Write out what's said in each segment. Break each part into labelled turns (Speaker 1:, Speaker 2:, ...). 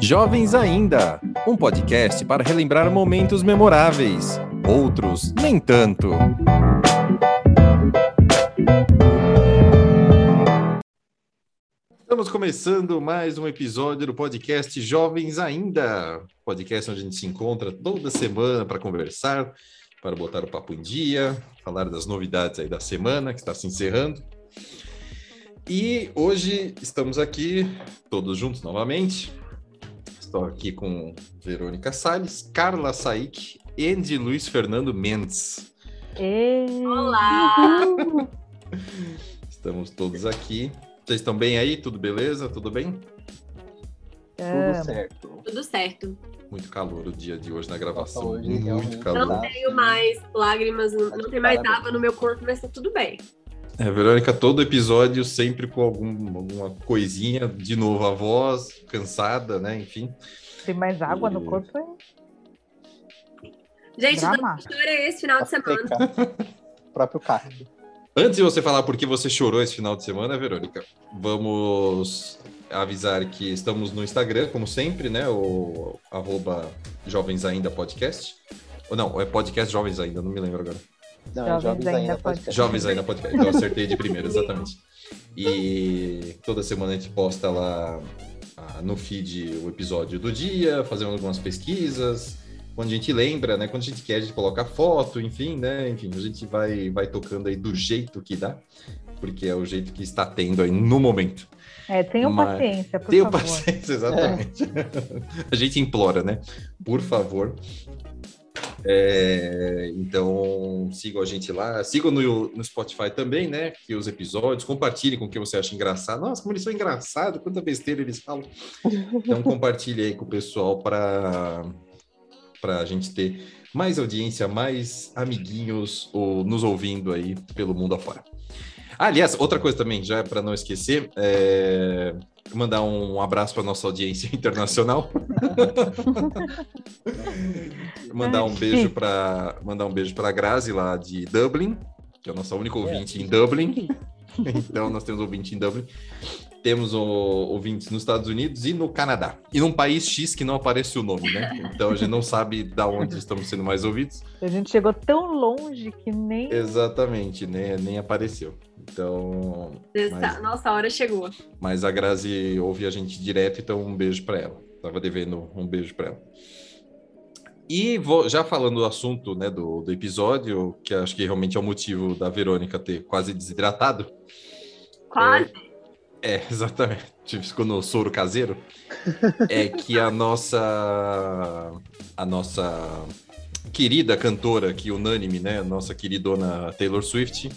Speaker 1: Jovens Ainda, um podcast para relembrar momentos memoráveis, outros nem tanto. Estamos começando mais um episódio do podcast Jovens Ainda, podcast onde a gente se encontra toda semana para conversar, para botar o papo em dia, falar das novidades aí da semana que está se encerrando. E hoje estamos aqui todos juntos novamente. Estou aqui com Verônica Salles, Carla Saik e de Luiz Fernando Mendes.
Speaker 2: Olá!
Speaker 1: Estamos todos aqui. Vocês estão bem aí? Tudo beleza? Tudo bem?
Speaker 3: Tudo certo.
Speaker 2: Tudo certo.
Speaker 1: Muito calor o dia de hoje na gravação.
Speaker 3: Nossa, hoje
Speaker 1: Muito
Speaker 3: realmente
Speaker 1: calor.
Speaker 2: Não tenho mais lágrimas, não, não tem mais água no meu corpo, mas tá tudo bem.
Speaker 1: É, Verônica, todo episódio sempre com algum- alguma coisinha, de novo a voz, cansada, né? Enfim.
Speaker 4: Tem mais água
Speaker 1: E-
Speaker 4: no corpo? hein?
Speaker 2: Gente,
Speaker 4: Drama.
Speaker 2: tanta história é esse final
Speaker 3: Tá
Speaker 2: de semana.
Speaker 3: O próprio cacto.
Speaker 1: Antes de você falar por que você chorou esse final de semana, Verônica, vamos avisar que estamos no Instagram, como sempre, né? O arroba Jovens Ainda Podcast. Ou não, é podcast Jovens Ainda, não me lembro agora.
Speaker 3: Não,
Speaker 4: Jovens
Speaker 3: jovens
Speaker 4: ainda
Speaker 3: ainda
Speaker 4: pode-
Speaker 3: podcast.
Speaker 1: Jovens Ainda Podcast. Então, eu acertei de primeiro, exatamente. E toda semana a gente posta lá ah, no feed o episódio do dia, fazemos algumas pesquisas. Quando a gente lembra, né? Quando a gente quer, a gente coloca foto, enfim, né? Enfim, a gente vai, vai tocando aí do jeito que dá, porque é o jeito que está tendo aí no momento.
Speaker 4: É, tenham
Speaker 1: Mas-
Speaker 4: paciência, por
Speaker 1: Tenham
Speaker 4: favor. É.
Speaker 1: paciência, exatamente. a gente implora, né? Por favor. É, então, sigam a gente lá. Sigam no, no Spotify também, né? Que os episódios. Compartilhem com o que você acha engraçado. Nossa, como eles são engraçados. Quanta besteira eles falam. Então, compartilhe aí com o pessoal para a gente ter mais audiência, mais amiguinhos ou, nos ouvindo aí pelo mundo afora. Ah, aliás, outra coisa também, já para não esquecer, é, mandar um abraço para nossa audiência internacional. mandar um beijo para mandar um beijo para Grazi lá de Dublin, que é a nossa única ouvinte em Dublin. Então nós temos ouvinte em Dublin. Temos o, ouvintes nos Estados Unidos e no Canadá. E num país X que não aparece o nome, né? Então a gente não sabe da onde estamos sendo mais ouvidos.
Speaker 4: A gente chegou tão longe que nem.
Speaker 1: Exatamente, né? nem apareceu. Então,
Speaker 2: né? Essa-
Speaker 1: Mas-
Speaker 2: Nossa, a hora chegou.
Speaker 1: Mas a Grazi ouve a gente direto, então um beijo para ela. Tava devendo um beijo para ela. E vou- já falando do assunto né, do, do episódio, que acho que realmente é o motivo da Verônica ter quase desidratado.
Speaker 2: Quase.
Speaker 1: É, exatamente. Ficou no soro caseiro. É que a nossa. A nossa querida cantora aqui, unânime, né? Nossa queridona Taylor Swift.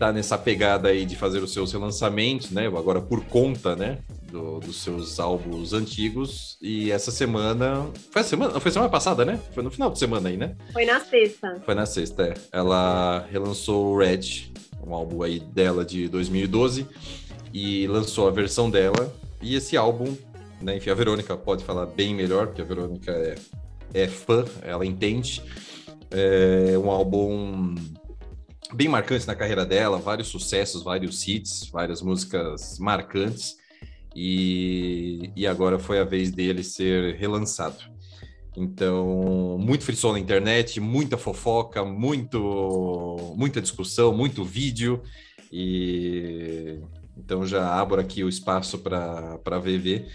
Speaker 1: Tá nessa pegada aí de fazer os seus relançamentos, né? Agora por conta, né? do- dos seus álbuns antigos. E essa semana. Foi a semana? não, Foi semana passada, né? Foi no final de semana aí, né?
Speaker 2: Foi na sexta.
Speaker 1: Foi na sexta, é. Ela relançou o Red, um álbum aí dela de 2012, e lançou a versão dela. E esse álbum, né, enfim, a Verônica pode falar bem melhor, porque a Verônica é, é fã, ela entende. É um álbum bem marcante na carreira dela, vários sucessos, vários hits, várias músicas marcantes. E, e agora foi a vez dele ser relançado. Então, muito frisson na internet, muita fofoca, muito, muita discussão, muito vídeo. E então já abro aqui o espaço para a VV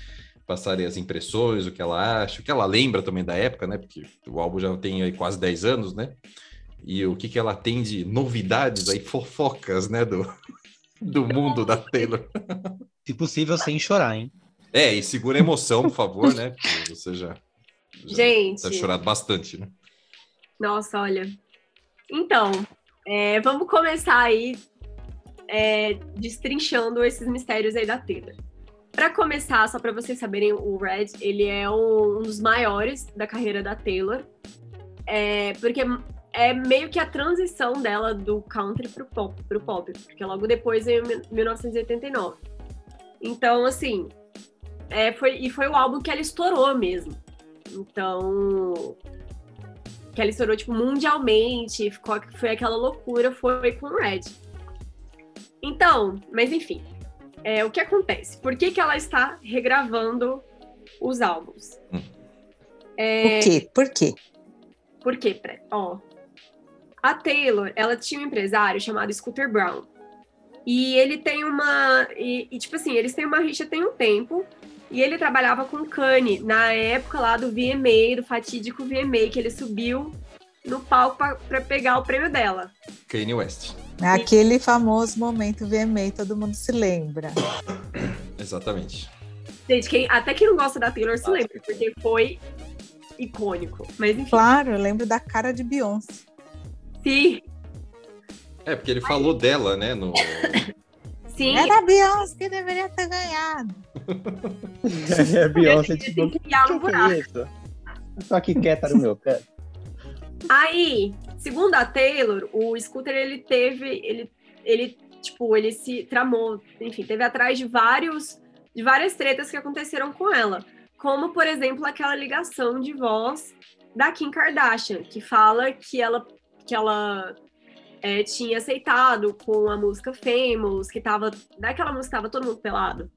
Speaker 1: passarem as impressões, o que ela acha, o que ela lembra também da época, né? Porque o álbum já tem aí quase 10 anos, né? E o que, que ela tem de novidades aí, fofocas, né? Do, do mundo da Taylor.
Speaker 5: Se possível, sem chorar, hein?
Speaker 1: É, e segura a emoção, por favor, né? Porque você já, já
Speaker 2: Gente.
Speaker 1: deve chorar bastante, né?
Speaker 2: Nossa, olha. Então, é, vamos começar aí é, destrinchando esses mistérios aí da Taylor. Pra começar, só pra vocês saberem, o Red, ele é um, um dos maiores da carreira da Taylor. É, porque é meio que a transição dela do country pro pop, pro pop porque logo depois veio em 1989. Então, assim, é, foi, e foi o álbum que ela estourou mesmo. Então, que ela estourou, tipo, mundialmente, ficou, foi aquela loucura, foi com o Red. Então, mas enfim, é, o que acontece? Por que, que ela está regravando os álbuns.
Speaker 1: Hum.
Speaker 2: É,
Speaker 6: Por quê? Por quê?
Speaker 2: por quê? Pre- Ó, a Taylor, ela tinha um empresário chamado Scooter Brown. E ele tem uma. E, e, tipo assim, eles têm uma rixa tem um tempo. E ele trabalhava com Kanye na época lá do VMA, do fatídico VMA, que ele subiu no palco pra- pra pegar o prêmio dela.
Speaker 1: Kanye West.
Speaker 6: Aquele famoso momento VMA, todo mundo se lembra.
Speaker 1: Exatamente.
Speaker 2: Gente, quem- até quem não gosta da Taylor se
Speaker 3: Nossa,
Speaker 2: lembra, porque foi icônico. Mas enfim,
Speaker 6: Claro, eu lembro da cara de Beyoncé.
Speaker 2: sim,
Speaker 1: É, porque ele falou dela, né? No...
Speaker 2: sim.
Speaker 6: Era a É Beyoncé que deveria ter ganhado.
Speaker 2: Beyoncé,
Speaker 3: É Beyoncé,
Speaker 2: Ele tem
Speaker 3: tipo,
Speaker 2: assim, que enfiar no
Speaker 3: que
Speaker 2: buraco.
Speaker 3: é isso? Eu tô aqui quieta no meu canto.
Speaker 2: Aí, segundo a Taylor, o Scooter ele teve, ele, ele, tipo, ele se tramou, enfim, teve atrás de vários, de várias tretas que aconteceram com ela, como por exemplo aquela ligação de voz da Kim Kardashian, que fala que ela, que ela é, tinha aceitado com a música Famous, que tava, daquela música tava todo mundo pelado.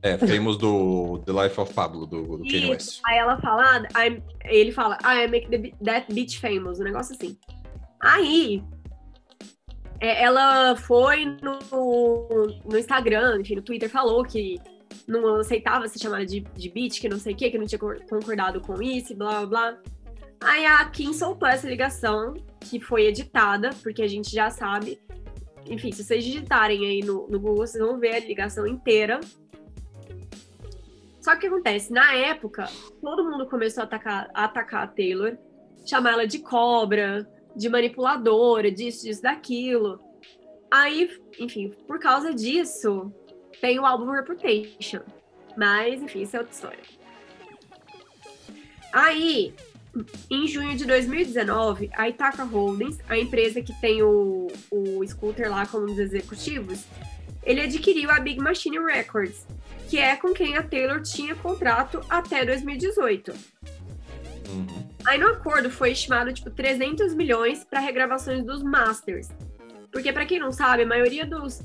Speaker 1: É, famous do The Life of Pablo, do, do Kanye
Speaker 2: Isso.
Speaker 1: West.
Speaker 2: Aí ela fala, ah, I'm- ele fala, ah, I make the bi- that bitch famous, um negócio assim. Aí, é, ela foi no, no Instagram, enfim, no Twitter, falou que não aceitava ser chamada de, de bitch, que não sei o que, que não tinha cor- concordado com isso, e blá, blá, blá. Aí a Kim soltou essa ligação, que foi editada, porque a gente já sabe. Enfim, se vocês digitarem aí no, no Google, vocês vão ver a ligação inteira. Só que o que acontece? Na época, todo mundo começou a atacar, a atacar a Taylor, chamar ela de cobra, de manipuladora, disso, disso, daquilo. Aí, enfim, por causa disso, tem o álbum Reputation. Mas, enfim, isso é outra história. Aí, em junho de 2019, a Itaca Holdings, a empresa que tem o, o Scooter lá como um dos executivos, ele adquiriu a Big Machine Records, que é com quem a Taylor tinha contrato até 2018.
Speaker 1: Uhum.
Speaker 2: Aí no acordo foi estimado tipo 300 milhões para regravações dos masters. Porque para quem não sabe, a maioria dos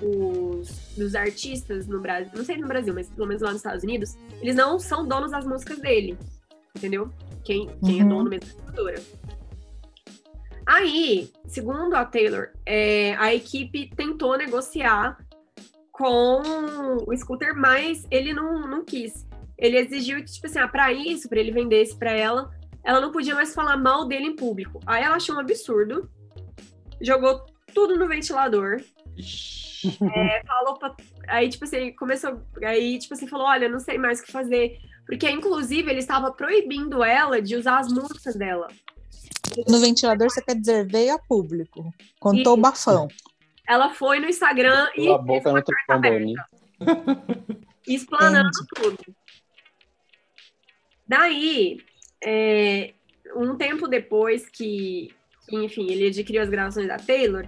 Speaker 2: dos, dos artistas no Brasil, não sei no Brasil, mas pelo menos lá nos Estados Unidos, eles não são donos das músicas dele. Entendeu? Quem, quem é
Speaker 6: Uhum.
Speaker 2: dono mesmo da produtora. Aí, segundo a Taylor, é, a equipe tentou negociar com o Scooter, mas ele não, não quis. Ele exigiu que, tipo assim, ah, pra isso, pra ele vender isso pra ela, ela não podia mais falar mal dele em público. Aí ela achou um absurdo, jogou tudo no ventilador,
Speaker 1: Ixi.
Speaker 2: falou pra... Aí, tipo assim, começou... Aí, tipo assim, falou, olha, não sei mais o que fazer. Porque, inclusive, ele estava proibindo ela de usar as músicas dela.
Speaker 6: No ventilador, você quer dizer, veio a público. Contou
Speaker 2: Isso.
Speaker 6: o bafão.
Speaker 2: Ela foi no Instagram e
Speaker 3: Pula a boca no trombone.
Speaker 2: explanando tudo. Daí, é, um tempo depois que, que, enfim, ele adquiriu as gravações da Taylor,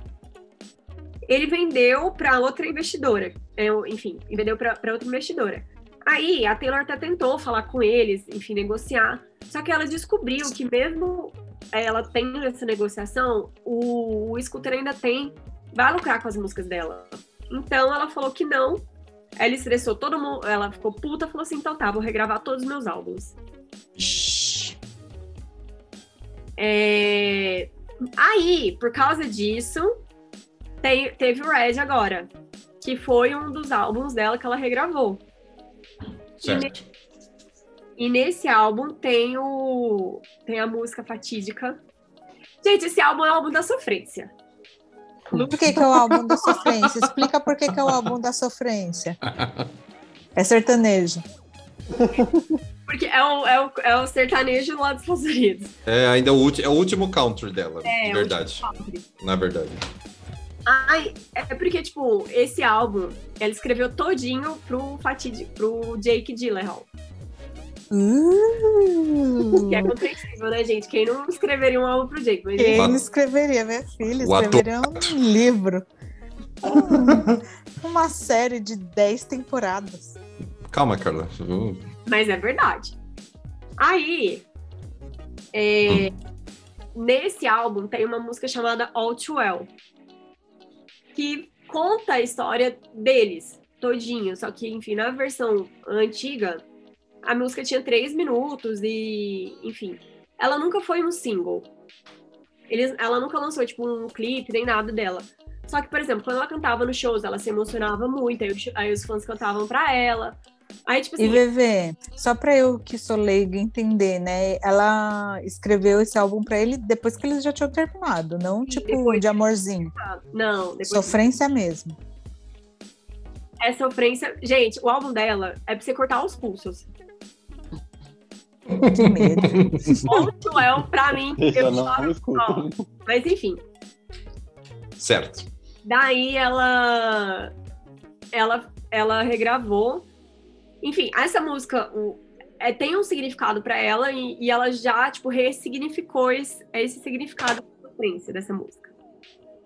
Speaker 2: ele vendeu para outra investidora. É, o- enfim, e vendeu para outra investidora. Aí, a Taylor até tentou falar com eles, enfim, negociar. Só que ela descobriu que mesmo ela tendo essa negociação, o, o Scooter ainda tem, vai lucrar com as músicas dela. Então, ela falou que não, ela estressou todo mundo, ela ficou puta, falou assim, então tá, vou regravar todos os meus álbuns.
Speaker 1: Ixi.
Speaker 2: É, Aí, por causa disso, tem- teve o Red agora, que foi um dos álbuns dela que ela regravou.
Speaker 1: Certo.
Speaker 2: E nesse álbum tem o tem a música fatídica. Gente, esse álbum é o álbum da sofrência.
Speaker 6: Por que, que é o álbum da sofrência? Explica por que, que é o álbum da sofrência. É sertanejo.
Speaker 2: Porque é o, é o, é o sertanejo lá dos Estados Unidos.
Speaker 1: É, ainda o, ulti- é o último country dela,
Speaker 2: É,
Speaker 1: de
Speaker 2: o
Speaker 1: verdade. Na verdade.
Speaker 2: Ai, é porque, tipo, esse álbum, ela escreveu todinho pro, fatídico, pro Jake Gyllenhaal.
Speaker 6: Uh,
Speaker 2: Que é compreensível, né, gente? Quem não escreveria um álbum pro Jake? Mas,
Speaker 6: quem escreveria, minha filha?
Speaker 1: O ator-
Speaker 6: Escreveria um livro. Uma série de 10 temporadas.
Speaker 1: Calma, Carla. Hum, Vamos-
Speaker 2: mas é verdade. Aí, é, nesse álbum tem uma música chamada All Too Well, que conta a história deles. todinho. Só que, enfim, na versão antiga, a música tinha três minutos e, enfim, ela nunca foi um single. Eles, ela nunca lançou, tipo, um clipe nem nada dela. Só que, por exemplo, quando ela cantava nos shows, ela se emocionava muito, aí, os- aí os fãs cantavam pra ela. Aí, tipo
Speaker 6: E
Speaker 2: assim,
Speaker 6: VV, só para eu que sou leigo entender, né? Ela escreveu esse álbum para ele depois que eles já tinham terminado, não tipo
Speaker 2: depois.
Speaker 6: de amorzinho,
Speaker 2: não, depois
Speaker 6: sofrência mesmo.
Speaker 2: é sofrência. Gente, o álbum dela é pra você cortar os pulsos.
Speaker 6: Que medo.
Speaker 2: All Too Well, pra mim, eu
Speaker 3: Eu
Speaker 2: choro.
Speaker 3: não escuto.
Speaker 2: Mas enfim,
Speaker 1: Certo.
Speaker 2: Daí ela ela ela regravou. Enfim, essa música o- é, tem um significado para ela e, e ela já tipo ressignificou esse, esse significado da sofrência dessa música.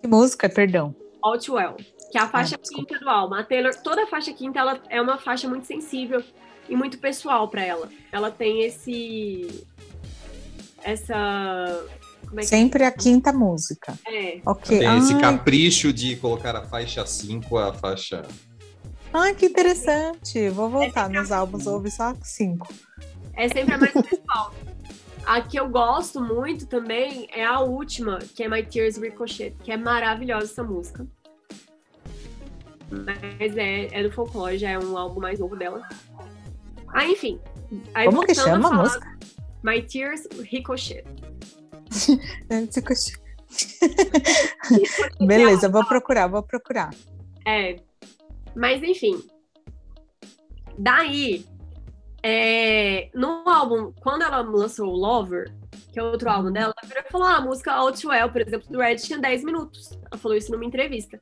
Speaker 6: Que música?
Speaker 4: Perdão.
Speaker 2: All Too Well, que é a faixa
Speaker 6: Ah, desculpa.
Speaker 2: quinta do álbum. A Taylor, toda a faixa quinta ela é uma faixa muito sensível e muito pessoal para ela. Ela tem esse essa como é que
Speaker 6: Sempre a quinta música.
Speaker 2: é?
Speaker 6: Ok. Ah,
Speaker 1: Tem esse
Speaker 6: Ai,
Speaker 1: capricho de colocar a faixa 5, a faixa.
Speaker 6: ai, ah, que interessante. Vou voltar nos álbuns, houve só assim. cinco.
Speaker 2: É sempre a mais pessoal. A que eu gosto muito também é a última, que é My Tears Ricochet, que é maravilhosa essa música. Mas é, é do folclore, já é um álbum mais novo dela. Ah, enfim. Aí
Speaker 6: Como que
Speaker 2: voltando
Speaker 6: chama a
Speaker 2: falar
Speaker 6: música?
Speaker 2: My Tears Ricochet.
Speaker 6: Né, Beleza, vou procurar, vou procurar.
Speaker 2: É. Mas enfim. Daí, é, no álbum, quando ela lançou o Lover, que é outro álbum dela, ela virou e falou: ah, a música All Too Well, por exemplo, do Red tinha 10 minutos. Ela falou isso numa entrevista.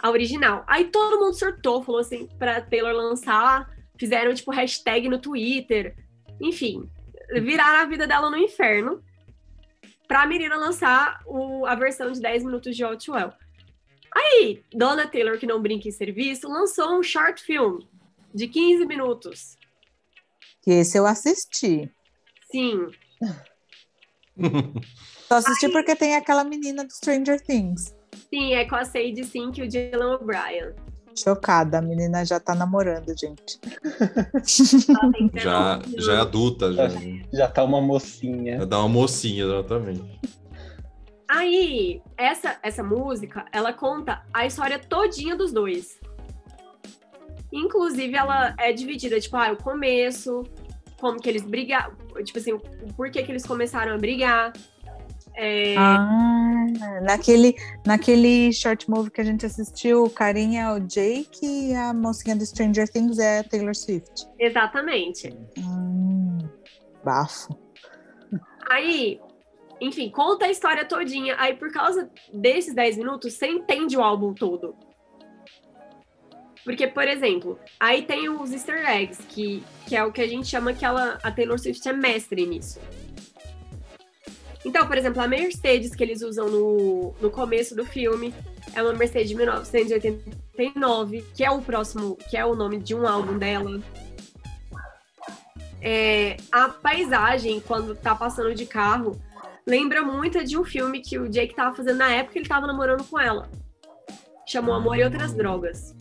Speaker 2: A original. Aí todo mundo surtou, falou assim, pra Taylor lançar, fizeram tipo hashtag no Twitter. Enfim, viraram a vida dela no inferno. Pra menina lançar o- a versão de 10 minutos de All Too Well. Aí, Dona Taylor, que não brinca em serviço, lançou um short film de 15 minutos.
Speaker 6: Que esse eu assisti.
Speaker 2: Sim,
Speaker 6: Só assisti porque tem aquela menina do Stranger Things.
Speaker 2: sim, é com a Sage Sink e o Dylan O'Brien.
Speaker 6: Chocada, a menina já tá namorando, gente.
Speaker 2: Ela tem 19
Speaker 1: Já,
Speaker 2: anos.
Speaker 1: já é adulta, já.
Speaker 3: Já tá uma mocinha.
Speaker 1: Já dá uma mocinha, exatamente.
Speaker 2: Aí, essa, essa música, ela conta a história todinha dos dois. Inclusive, ela é dividida, tipo, ah, o começo, como que eles brigaram, tipo assim, por que que eles começaram a brigar. É,
Speaker 6: Ah, naquele, naquele short movie que a gente assistiu, o carinha é o Jake e a mocinha do Stranger Things é a Taylor Swift.
Speaker 2: Exatamente.
Speaker 6: Hum, bafo.
Speaker 2: Aí, enfim, conta a história todinha. Aí, por causa desses 10 minutos, você entende o álbum todo. Porque, por exemplo, aí tem os easter eggs, que, que é o que a gente chama que ela, a Taylor Swift é mestre nisso. Então, por exemplo, a Mercedes que eles usam no, no começo do filme é uma Mercedes de 1989, que é o próximo, que é o nome de um álbum dela. É, a paisagem, quando tá passando de carro, lembra muito de um filme que o Jake tava fazendo na época que ele tava namorando com ela. Chamou Amor e Outras Drogas.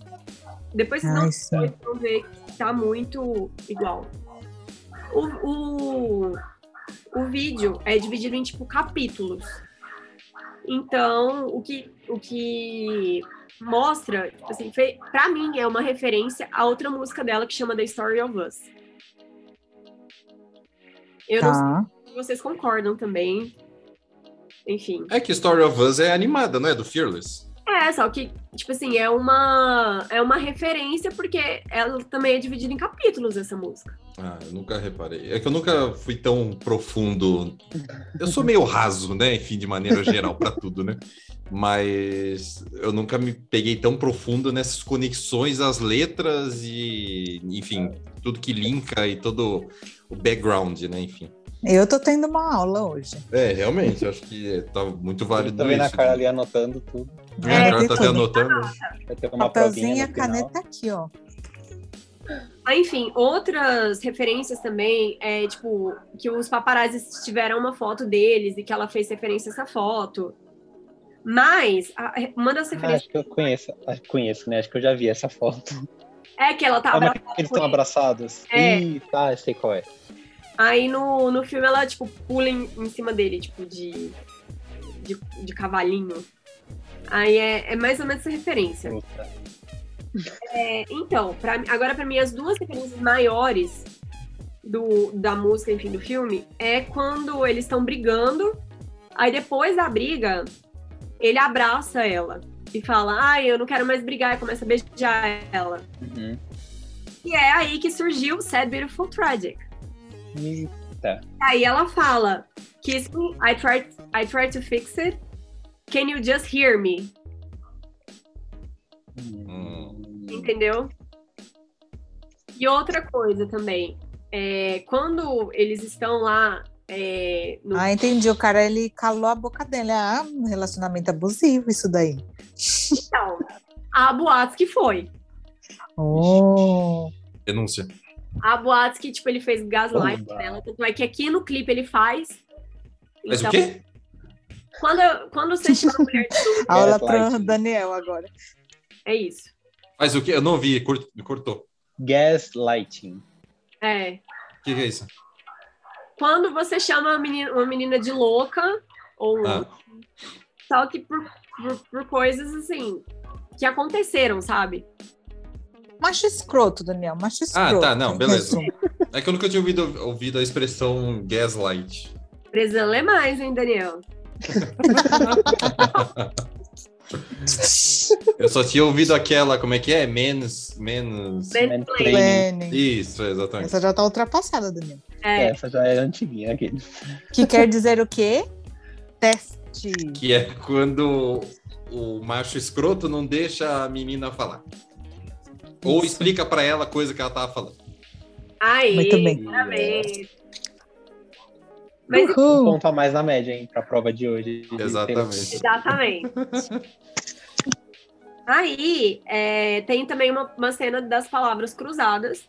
Speaker 2: Depois vocês dão
Speaker 6: Ai, sim.
Speaker 2: vocês vão Então, ver que tá muito igual. O, o, o vídeo é dividido em tipo capítulos. Então, o que, o que mostra, tipo assim, fe- pra mim é uma referência a outra música dela que chama The Story of Us. Eu não sei
Speaker 6: Tá.
Speaker 2: se vocês concordam também. Enfim.
Speaker 1: É que Story of Us é animada, não é? Do Fearless.
Speaker 2: É, só que, tipo assim, é uma, é uma referência porque ela também é dividida em capítulos, essa música.
Speaker 1: Ah, eu nunca reparei. É que eu nunca fui tão profundo. Eu sou meio raso, né? Enfim, de maneira geral, para tudo, né? Mas eu nunca me peguei tão profundo nessas conexões às letras e, enfim, tudo que linka e todo o background, né? Enfim.
Speaker 6: Eu tô tendo uma aula hoje.
Speaker 1: É, realmente, eu acho que tá muito válido
Speaker 3: Tô vendo a
Speaker 1: isso. né?
Speaker 3: Carla ali anotando tudo.
Speaker 1: É, a Carla tá até
Speaker 6: tudo.
Speaker 1: anotando.
Speaker 3: Vai ter uma provinha.
Speaker 6: Papelzinho e a caneta tá aqui, ó.
Speaker 2: Ah, enfim, outras referências também é tipo que os paparazzi tiveram uma foto deles e que ela fez referência a essa foto. Mas, a- manda as
Speaker 3: Ah,
Speaker 2: referências.
Speaker 3: acho que eu conheço, acho que conheço, né? Acho que eu já vi essa foto.
Speaker 2: É que ela tá
Speaker 3: Ah, mas
Speaker 2: abraçada.
Speaker 3: que eles
Speaker 2: por
Speaker 3: estão
Speaker 2: ele.
Speaker 3: abraçados?
Speaker 2: É.
Speaker 3: Ih, tá, sei qual é.
Speaker 2: Aí no, no filme ela, tipo, pula em, em cima dele, tipo, de, de, de cavalinho. Aí é, é mais ou menos essa referência.
Speaker 3: Puta.
Speaker 2: É, então, pra, mim- agora pra mim, as duas referências maiores do, da música, enfim, do filme, é quando eles estão brigando, aí depois da briga, ele abraça ela e fala, ai, eu não quero mais brigar, e começa a beijar ela.
Speaker 3: Uhum.
Speaker 2: E é aí que surgiu Sad Beautiful Tragic.
Speaker 3: Ih,
Speaker 2: Aí ela fala, Kiss me, I tried, I tried to fix it, can you just hear me? Entendeu? E outra coisa também, é, quando eles estão lá é, no-
Speaker 6: Ah, entendi. O cara, ele calou a boca dele. Ah, um relacionamento abusivo isso daí.
Speaker 2: então, há boatos que foi.
Speaker 6: Oh.
Speaker 1: Denúncia.
Speaker 2: Há boatos que, tipo, ele fez gaslight
Speaker 3: Oba.
Speaker 2: nela, tanto é que aqui no clipe ele faz.
Speaker 1: Mas
Speaker 2: Então,
Speaker 1: o quê?
Speaker 2: Quando, eu- quando você chama a mulher de novo,
Speaker 6: Aula
Speaker 3: Gaslighting.
Speaker 6: pro Daniel agora.
Speaker 2: é isso.
Speaker 1: Faz o quê? Eu não vi, cort- cortou.
Speaker 3: Gaslighting.
Speaker 2: É.
Speaker 1: O que, que é isso?
Speaker 2: Quando você chama uma menina, uma menina de louca, ou
Speaker 1: Ah.
Speaker 2: só que por, por, por coisas assim que aconteceram, sabe?
Speaker 6: Macho escroto, Daniel. Macho
Speaker 1: Ah,
Speaker 6: escroto.
Speaker 1: tá, não, beleza.
Speaker 6: Resumo.
Speaker 1: É que eu nunca tinha ouvido, ouvido a expressão gaslight.
Speaker 2: Precisa ler mais, hein, Daniel?
Speaker 1: Eu só tinha ouvido aquela, como é que é? Menos, menos.
Speaker 3: Né? Mansplaining.
Speaker 6: Planning.
Speaker 1: Isso, exatamente.
Speaker 6: Essa já tá ultrapassada, Daniel.
Speaker 2: É,
Speaker 3: Essa já era antiguinha, aquele.
Speaker 6: Que quer dizer o quê? Teste.
Speaker 1: Que é quando o macho escroto não deixa a menina falar. Ou explica pra ela a coisa que ela tava falando.
Speaker 2: aí.
Speaker 6: Muito bem.
Speaker 2: Parabéns. Mas
Speaker 3: Um
Speaker 6: Uhul.
Speaker 3: ponto a mais na média, hein, pra prova de hoje.
Speaker 1: Exatamente.
Speaker 2: Exatamente. Aí é, tem também uma, uma cena das palavras cruzadas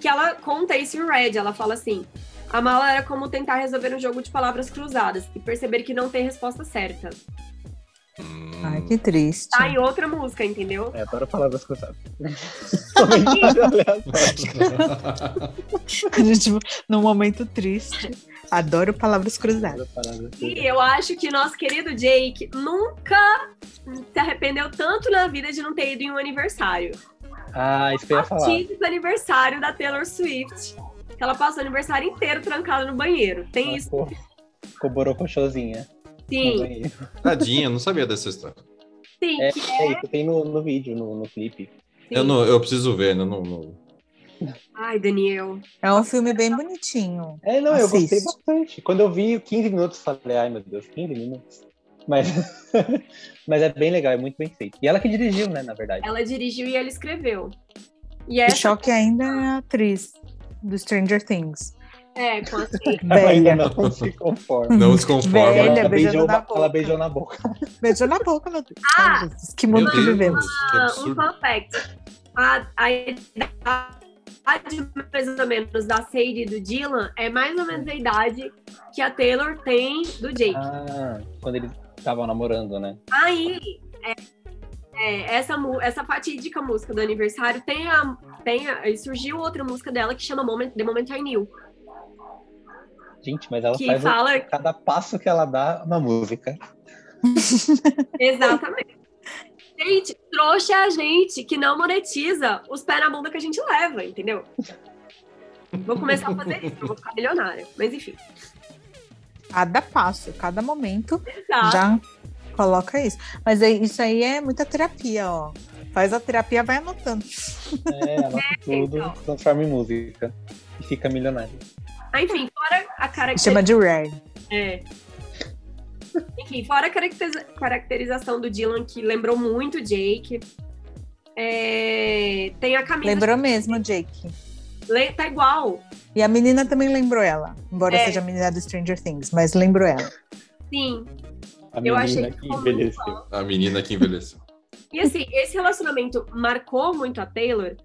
Speaker 2: que ela conta isso em Red. Ela fala assim: a mala era como tentar resolver um jogo de palavras cruzadas e perceber que não tem resposta certa.
Speaker 1: Hum,
Speaker 6: Ai, que triste.
Speaker 2: Tá em outra música, entendeu?
Speaker 3: É, adoro palavras cruzadas. Comentário aleatório.
Speaker 6: A gente, num momento triste. Adoro palavras cruzadas.
Speaker 3: Palavras cruzadas.
Speaker 2: E eu acho que nosso querido Jake nunca se arrependeu tanto na vida de não ter ido em um aniversário.
Speaker 3: Ah, isso que eu ia falar.
Speaker 2: Tive do aniversário da Taylor Swift. Que ela passou o aniversário inteiro trancada no banheiro. Tem
Speaker 3: Ela
Speaker 2: isso,
Speaker 3: Ficou, ficou borocochosinha.
Speaker 2: sim.
Speaker 3: Não ganhei.
Speaker 1: Tadinha, eu não sabia dessa história.
Speaker 2: Sim,
Speaker 3: É,
Speaker 2: que
Speaker 3: é isso, tem no, no vídeo, no, no clipe.
Speaker 2: sim.
Speaker 1: Eu, não, eu preciso ver, né? eu não- não-
Speaker 2: Ai, Daniel.
Speaker 6: É um filme bem bonitinho.
Speaker 3: É, não, eu gostei
Speaker 6: Assiste.
Speaker 3: bastante. Quando eu vi 15 minutos, eu falei, ai meu Deus, 15 minutos. Mas, mas é bem legal, é muito bem feito. E ela que dirigiu, né, na verdade.
Speaker 2: Ela dirigiu e ela escreveu. E
Speaker 6: O
Speaker 2: essa
Speaker 6: choque ainda é a atriz do Stranger Things.
Speaker 2: é com a Kate.
Speaker 3: Ela ainda
Speaker 6: Velha.
Speaker 3: não se conforma.
Speaker 1: Não se conforma.
Speaker 6: Velha, beijando
Speaker 3: ela, beijou,
Speaker 6: na
Speaker 3: na-
Speaker 6: boca.
Speaker 3: ela beijou na boca.
Speaker 6: Beijou na boca, meu Deus.
Speaker 2: Ah!
Speaker 6: Ai, Jesus, que mundo que vivemos.
Speaker 1: que
Speaker 2: Ah, um
Speaker 1: absurdo.
Speaker 2: fun fact. A, a idade mais ou menos da Sadie e do Dylan é mais ou menos a idade que a Taylor tem do Jake.
Speaker 3: Ah, quando eles estavam namorando, né?
Speaker 2: Aí, é, é, essa, mu- essa fatídica música do aniversário tem a, tem a- e surgiu outra música dela que chama Moment, The Moment I Knew.
Speaker 3: Gente, mas ela
Speaker 2: Que
Speaker 3: faz um o-
Speaker 2: fala
Speaker 3: cada passo que ela dá uma música.
Speaker 2: Exatamente. Gente, trouxa é a gente que não monetiza os pés na bunda que a gente leva, entendeu? Vou começar a fazer isso, eu vou ficar milionária. Mas enfim.
Speaker 6: Cada passo, cada momento,
Speaker 2: Tá.
Speaker 6: já coloca isso. Mas aí- isso aí é muita terapia, ó. Faz a terapia, vai anotando.
Speaker 3: É, ela tudo
Speaker 2: então.
Speaker 3: transforma em música. E fica milionária.
Speaker 2: Ah, enfim, fora a
Speaker 6: Chama
Speaker 2: caracterização.
Speaker 6: de Rare.
Speaker 2: Enfim, fora a caracteriza- caracterização do Dylan, que lembrou muito Jake. É, Tem a camisa.
Speaker 6: Lembrou mesmo, Jake.
Speaker 2: Le- Tá igual.
Speaker 6: E a menina também lembrou ela. Embora
Speaker 2: É.
Speaker 6: seja a menina do Stranger Things, mas lembrou ela.
Speaker 2: Sim.
Speaker 3: A
Speaker 2: Eu achei
Speaker 3: menina
Speaker 2: que
Speaker 3: que
Speaker 2: ficou muito
Speaker 3: envelheceu.
Speaker 1: A menina que envelheceu.
Speaker 2: E assim, esse relacionamento marcou muito a Taylor,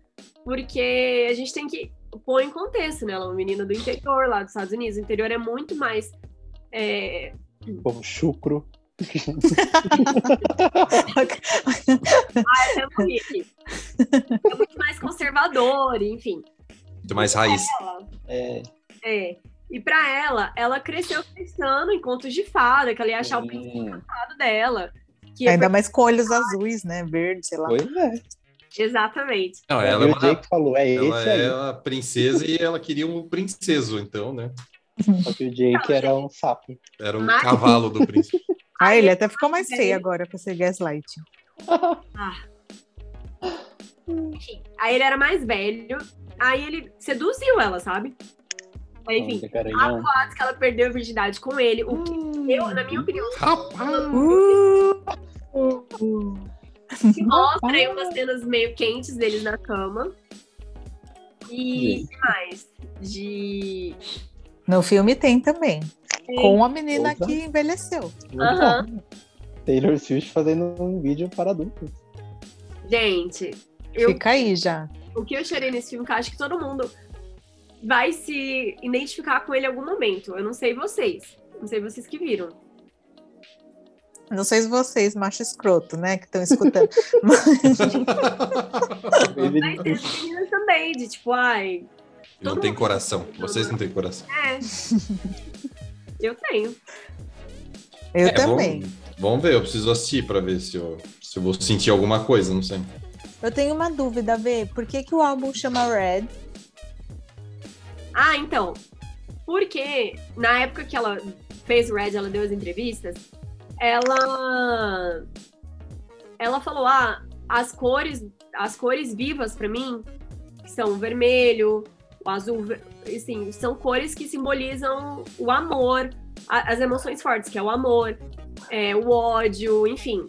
Speaker 2: porque a gente tem que pôr em contexto, né? Ela é uma menina do interior lá dos Estados Unidos. O interior é muito mais. é,
Speaker 3: Povo chucro.
Speaker 2: até morri aqui. É muito mais conservador, enfim.
Speaker 1: Muito mais raiz.
Speaker 3: É,
Speaker 2: É. E pra ela, ela cresceu pensando em contos de fada, que ela ia achar o
Speaker 3: hum,
Speaker 2: príncipe encantado dela. Que é
Speaker 6: Ainda mais com olhos azuis, né? Verde, sei lá.
Speaker 3: Pois é.
Speaker 2: pra- Exatamente.
Speaker 1: Não, ela é
Speaker 3: e
Speaker 1: uma
Speaker 3: o Jake falou, é
Speaker 1: Ela
Speaker 3: esse
Speaker 1: é
Speaker 3: aí.
Speaker 1: a princesa e ela queria um princeso, então, né?
Speaker 3: Só que o Jake era um sapo.
Speaker 1: Era o
Speaker 2: Mas-
Speaker 1: cavalo do príncipe.
Speaker 6: Ah, ele até ficou mais
Speaker 2: Aí-
Speaker 6: feio agora com esse gaslight.
Speaker 2: Enfim, aí ele era mais velho, aí ele seduziu ela, sabe? Aí, enfim,
Speaker 3: Olha, garanhão.
Speaker 2: antes que ela perdeu a virgindade com ele, o que eu, na minha opinião,
Speaker 6: Uh!
Speaker 2: se mostra aí umas cenas meio quentes deles na cama. E o
Speaker 3: Gente.
Speaker 2: que mais? De. é,
Speaker 6: No filme tem também. Com a menina
Speaker 3: Opa.
Speaker 6: que envelheceu.
Speaker 3: Muito
Speaker 2: Aham.
Speaker 3: bom. Taylor Swift fazendo um vídeo para adultos.
Speaker 2: Gente, eu
Speaker 6: Fica aí já.
Speaker 2: o que eu chorei nesse filme, que eu acho que todo mundo vai se identificar com ele em algum momento. Eu não sei vocês. Não sei vocês que viram.
Speaker 6: Não sei se vocês, macho escroto, né? Que estão escutando.
Speaker 3: Ele-
Speaker 2: Mas tem as meninas também, de tipo, ai,
Speaker 1: Não tem coração. Vocês não têm coração.
Speaker 2: é. eu tenho.
Speaker 6: Eu
Speaker 1: É,
Speaker 6: também.
Speaker 1: Vamos, vamos ver, eu preciso assistir pra ver se eu, se eu vou sentir alguma coisa, não sei.
Speaker 6: Eu tenho uma dúvida, Vê. Por que, que o álbum chama Red?
Speaker 2: Ah, então. Porque na época que ela fez o Red, ela deu as entrevistas, ela. Ela falou: ah, as cores, as cores vivas pra mim, que são o vermelho, o azul, ver- assim, são cores que simbolizam o amor, a- as emoções fortes, que é o amor, é, o ódio, enfim.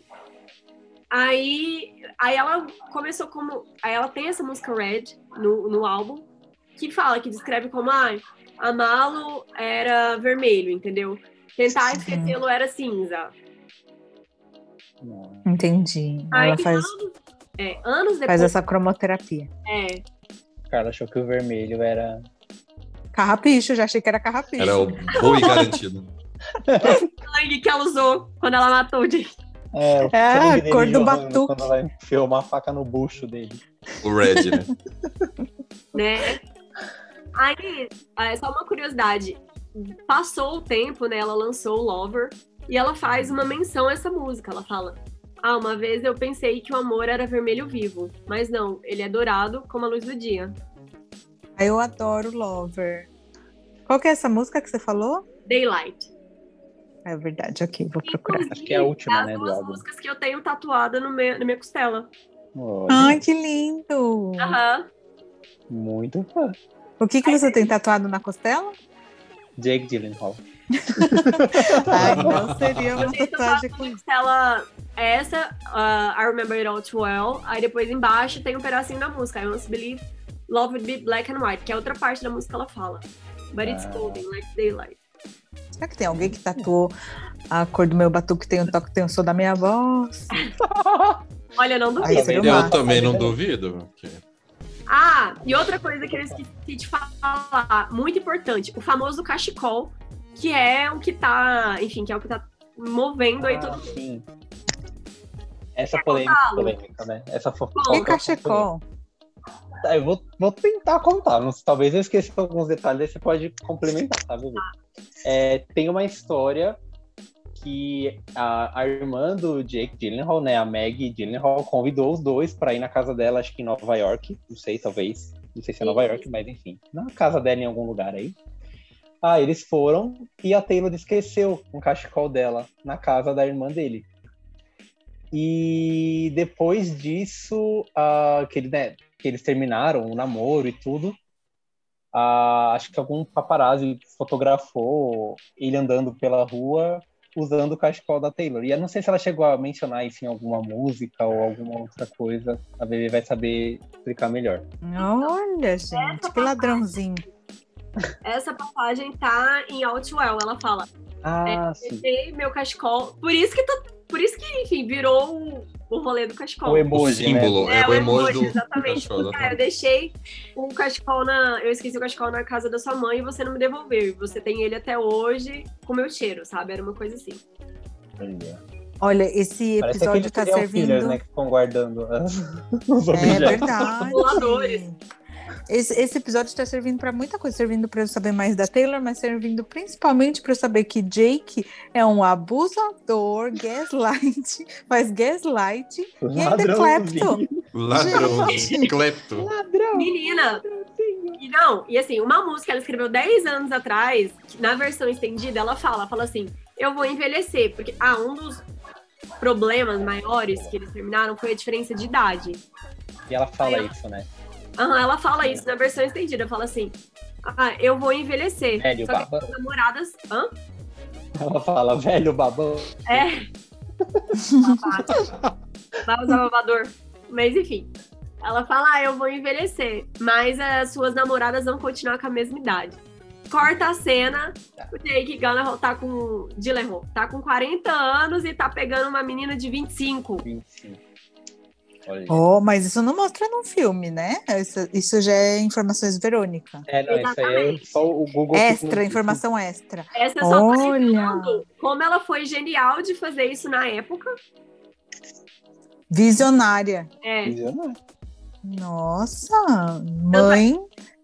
Speaker 2: Aí, aí ela começou como. Aí ela tem essa música Red no, no álbum, que fala, que descreve como ah, amá-lo era vermelho, entendeu? Tentar esquecê-lo era cinza.
Speaker 3: Não.
Speaker 6: Entendi.
Speaker 2: Aí,
Speaker 6: Ela faz,
Speaker 2: anos, é, anos depois.
Speaker 6: faz essa cromoterapia.
Speaker 2: é,
Speaker 3: Carla achou que o vermelho era.
Speaker 6: Carrapicho, já achei que era carrapicho.
Speaker 1: Era o boi garantido.
Speaker 2: sangue que ela usou quando ela matou o Jake.
Speaker 3: É, o né?
Speaker 6: É,
Speaker 3: sangue dele
Speaker 6: a cor do
Speaker 3: jorrando
Speaker 6: batuque.
Speaker 3: Quando ela enfiou uma faca no bucho dele.
Speaker 1: O Red, né?
Speaker 2: né? Aí, é só uma curiosidade. Passou o tempo, né? Ela lançou o Lover e ela faz uma menção a essa música. Ela fala: Ah, uma vez eu pensei que o amor era vermelho vivo, mas não, ele é dourado como a luz do dia.
Speaker 6: Ah, Eu adoro Lover. Qual que é essa música que você falou?
Speaker 2: Daylight.
Speaker 6: Ah, É verdade, ok, vou procurar.
Speaker 2: Inclusive,
Speaker 3: Acho que é a última,
Speaker 2: as
Speaker 3: né, do
Speaker 2: duas
Speaker 3: álbum.
Speaker 2: músicas que eu tenho tatuada no meu, na minha costela.
Speaker 3: Olha,
Speaker 6: Ai, que lindo!
Speaker 2: Aham.
Speaker 3: Muito fã.
Speaker 6: O que, que você tem tatuado na costela?
Speaker 3: Jake Gyllenhaal.
Speaker 6: Ai, não seria
Speaker 2: Eu
Speaker 6: uma
Speaker 2: tenho tatuado
Speaker 6: tatuagem
Speaker 2: na
Speaker 6: com
Speaker 2: minha costela é essa, ah, I Remember It All Too Well. Aí depois embaixo tem um pedacinho da música, I Must Believe Love Would Be Black and White, que é outra parte da música que ela fala. But it's
Speaker 3: Ah.
Speaker 2: golden like daylight.
Speaker 6: Será que tem alguém que tatuou a cor do meu batuque tem um toque, tem um som da minha voz?
Speaker 2: Olha, não duvido.
Speaker 6: Aí seria
Speaker 3: Também
Speaker 6: uma.
Speaker 1: Eu também não duvido. porque
Speaker 2: Ah, e outra coisa que eu esqueci de falar, muito importante, o famoso cachecol, que é o que tá, enfim, que é o que tá movendo aí todo
Speaker 3: Ah, sim. Essa polêmica, polêmica, né? Essa fofoca.
Speaker 6: Que cachecol.
Speaker 3: Tá, Eu vou, vou tentar contar. não- talvez eu esqueça alguns detalhes, aí você pode complementar, tá, Vivi? É, tem uma história que a, a irmã do Jake Gyllenhaal, né, a Maggie Gyllenhaal, convidou os dois para ir na casa dela, acho que em Nova York, não sei, talvez, não sei se é Nova York, mas enfim, na casa dela em algum lugar aí. Ah, eles foram e a Taylor esqueceu um cachecol dela na casa da irmã dele. E depois disso, ah, que ele, né, que eles terminaram o namoro e tudo. Ah, acho que algum paparazzi fotografou ele andando pela rua usando o cachecol da Taylor. E eu não sei se ela chegou a mencionar isso em alguma música ou alguma outra coisa. A Bebê vai saber explicar melhor.
Speaker 6: Olha, gente, que ladrãozinho.
Speaker 2: Essa passagem tá em Outwell. Ela fala: É,
Speaker 3: Ah, sim.
Speaker 2: deixei meu cachecol. Por isso que tá- Por isso que, enfim, virou o, é o rolê do cachecol.
Speaker 3: O
Speaker 1: O
Speaker 3: emoji, né?
Speaker 1: símbolo, é, o emoji do né?
Speaker 2: exatamente.
Speaker 1: cachecol,
Speaker 2: Ah, eu
Speaker 1: exatamente. É.
Speaker 2: deixei o cachecol na. Eu esqueci o cachecol na casa da sua mãe e você não me devolveu. E Você tem ele até hoje com meu cheiro, sabe? Era uma coisa assim.
Speaker 3: Olha.
Speaker 6: Olha, esse
Speaker 3: Parece
Speaker 6: episódio
Speaker 3: aquele
Speaker 6: tá
Speaker 3: serial killers,
Speaker 6: servindo.
Speaker 3: né? Que ficam guardando as- os
Speaker 6: É
Speaker 3: objetos.
Speaker 6: verdade.
Speaker 2: Voadores.
Speaker 6: Esse, esse episódio está servindo para muita coisa, servindo para eu saber mais da Taylor, mas servindo principalmente para eu saber que Jake é um abusador, gaslight, faz gaslight e ainda é
Speaker 3: Ladrãozinho.
Speaker 6: clepto.
Speaker 1: Ladrão,
Speaker 6: Gente.
Speaker 1: clepto.
Speaker 3: Ladrão.
Speaker 2: Menina! E não, e assim, uma música que ela escreveu 10 anos atrás, que na versão estendida, ela fala, fala assim, eu vou envelhecer, porque ah, um dos problemas maiores que eles terminaram foi a diferença de idade.
Speaker 3: E ela fala isso, né?
Speaker 2: Aham, ela fala isso na versão estendida, fala assim, ah, eu vou envelhecer.
Speaker 3: Velho
Speaker 2: Só que
Speaker 3: baba.
Speaker 2: as namoradas. Hã?
Speaker 3: Ela fala, velho babão.
Speaker 2: É. Babado. Vai usar babador. Mas enfim. Ela fala, ah, eu vou envelhecer, mas as suas namoradas vão continuar com a mesma idade. Corta a cena, o Jake Gyllenhaal tá com... Gyllenhaal tá com 40 anos e tá pegando uma menina de 25.
Speaker 3: 25. Olha.
Speaker 6: Oh, mas isso não mostra num filme, né? Isso, isso já é informações Verônica.
Speaker 3: É, não, isso aí é
Speaker 2: Exatamente.
Speaker 3: só o Google.
Speaker 6: Extra, informação extra.
Speaker 2: Essa só tá
Speaker 6: Olha,
Speaker 2: lembrando como ela foi genial de fazer isso na época.
Speaker 6: visionária.
Speaker 2: É,
Speaker 6: Nossa, mãe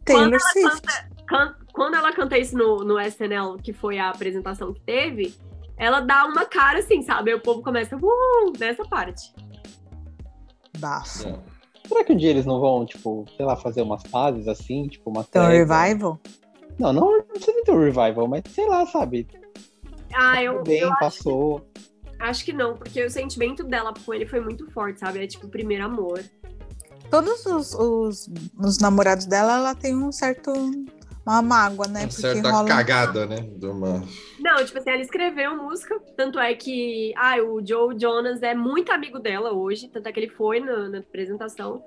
Speaker 6: Taylor Swift.
Speaker 2: can- quando ela canta isso no, no SNL, que foi a apresentação que teve, ela dá uma cara assim, sabe? Aí o povo começa, uh, nessa parte.
Speaker 6: Bafo.
Speaker 3: Será que um dia eles não vão, tipo, sei lá, fazer umas fases assim, tipo, uma
Speaker 6: Então,
Speaker 3: série?
Speaker 6: revival?
Speaker 3: Não, não, não precisa ter um revival, mas sei lá, sabe?
Speaker 2: Ah, eu,
Speaker 3: Bem,
Speaker 2: eu
Speaker 3: passou.
Speaker 2: acho que não, porque o sentimento dela com ele foi muito forte, sabe? É tipo o primeiro amor.
Speaker 6: Todos os, os, os namorados dela, ela tem um certo. Uma mágoa, né?
Speaker 1: Uma
Speaker 6: Porque
Speaker 1: certa
Speaker 6: rola-
Speaker 1: cagada, né? De uma...
Speaker 2: Não, tipo assim, ela escreveu música, tanto é que ah, o Joe Jonas é muito amigo dela hoje, tanto é que ele foi na, na apresentação.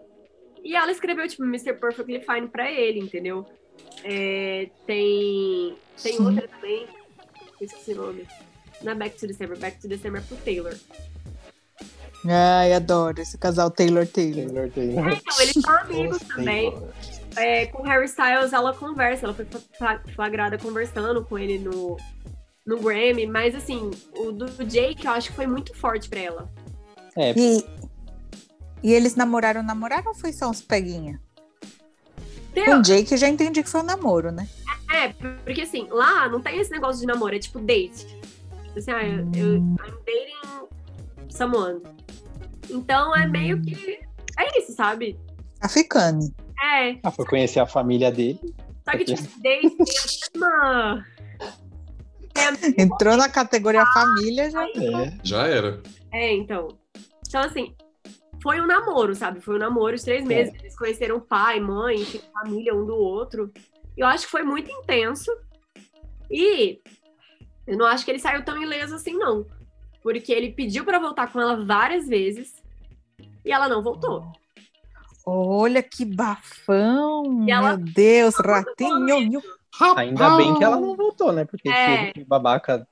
Speaker 2: E ela escreveu, tipo, Mr. Perfectly Fine pra ele, entendeu? É, tem tem
Speaker 6: Sim.
Speaker 2: outra também, eu esqueci o nome. Na Back to December, Back to December é pro Taylor.
Speaker 6: Ai, adoro esse casal Taylor-Taylor.
Speaker 2: É,
Speaker 3: Taylor, Taylor.
Speaker 2: então, eles são amigos também. É, com o Harry Styles ela conversa, ela foi fa- flagrada conversando com ele no, no Grammy, mas assim, o do Jake eu acho que foi muito forte pra ela.
Speaker 3: É,
Speaker 6: E, e eles namoraram, namoraram ou foi só uns peguinha?
Speaker 2: Entendeu?
Speaker 6: Com o Jake eu já entendi que foi um namoro, né?
Speaker 2: É, porque assim, lá não tem esse negócio de namoro, é tipo date. Tipo Assim, ah, eu, eu- I'm dating someone. Então é meio que. É isso, sabe?
Speaker 6: Tá ficando.
Speaker 2: É.
Speaker 3: Ah, foi conhecer a família dele.
Speaker 2: Só que, tipo, date é tem a mesma. tem a
Speaker 6: Entrou na categoria
Speaker 2: Ah,
Speaker 6: família, já.
Speaker 3: É.
Speaker 1: Já era.
Speaker 2: É, então. Então, assim, foi um namoro, sabe? Foi um namoro de três meses. Eles conheceram pai, mãe, enfim, família um do outro. Eu acho que foi muito intenso. E eu não acho que ele saiu tão ileso assim, não. Porque ele pediu pra voltar com ela várias vezes e ela não voltou.
Speaker 6: Olha que bafão!
Speaker 2: E ela- tá
Speaker 6: Meu Deus, ratinho!
Speaker 3: Ainda bem que ela não voltou, né? Porque
Speaker 2: É.
Speaker 3: que babaca.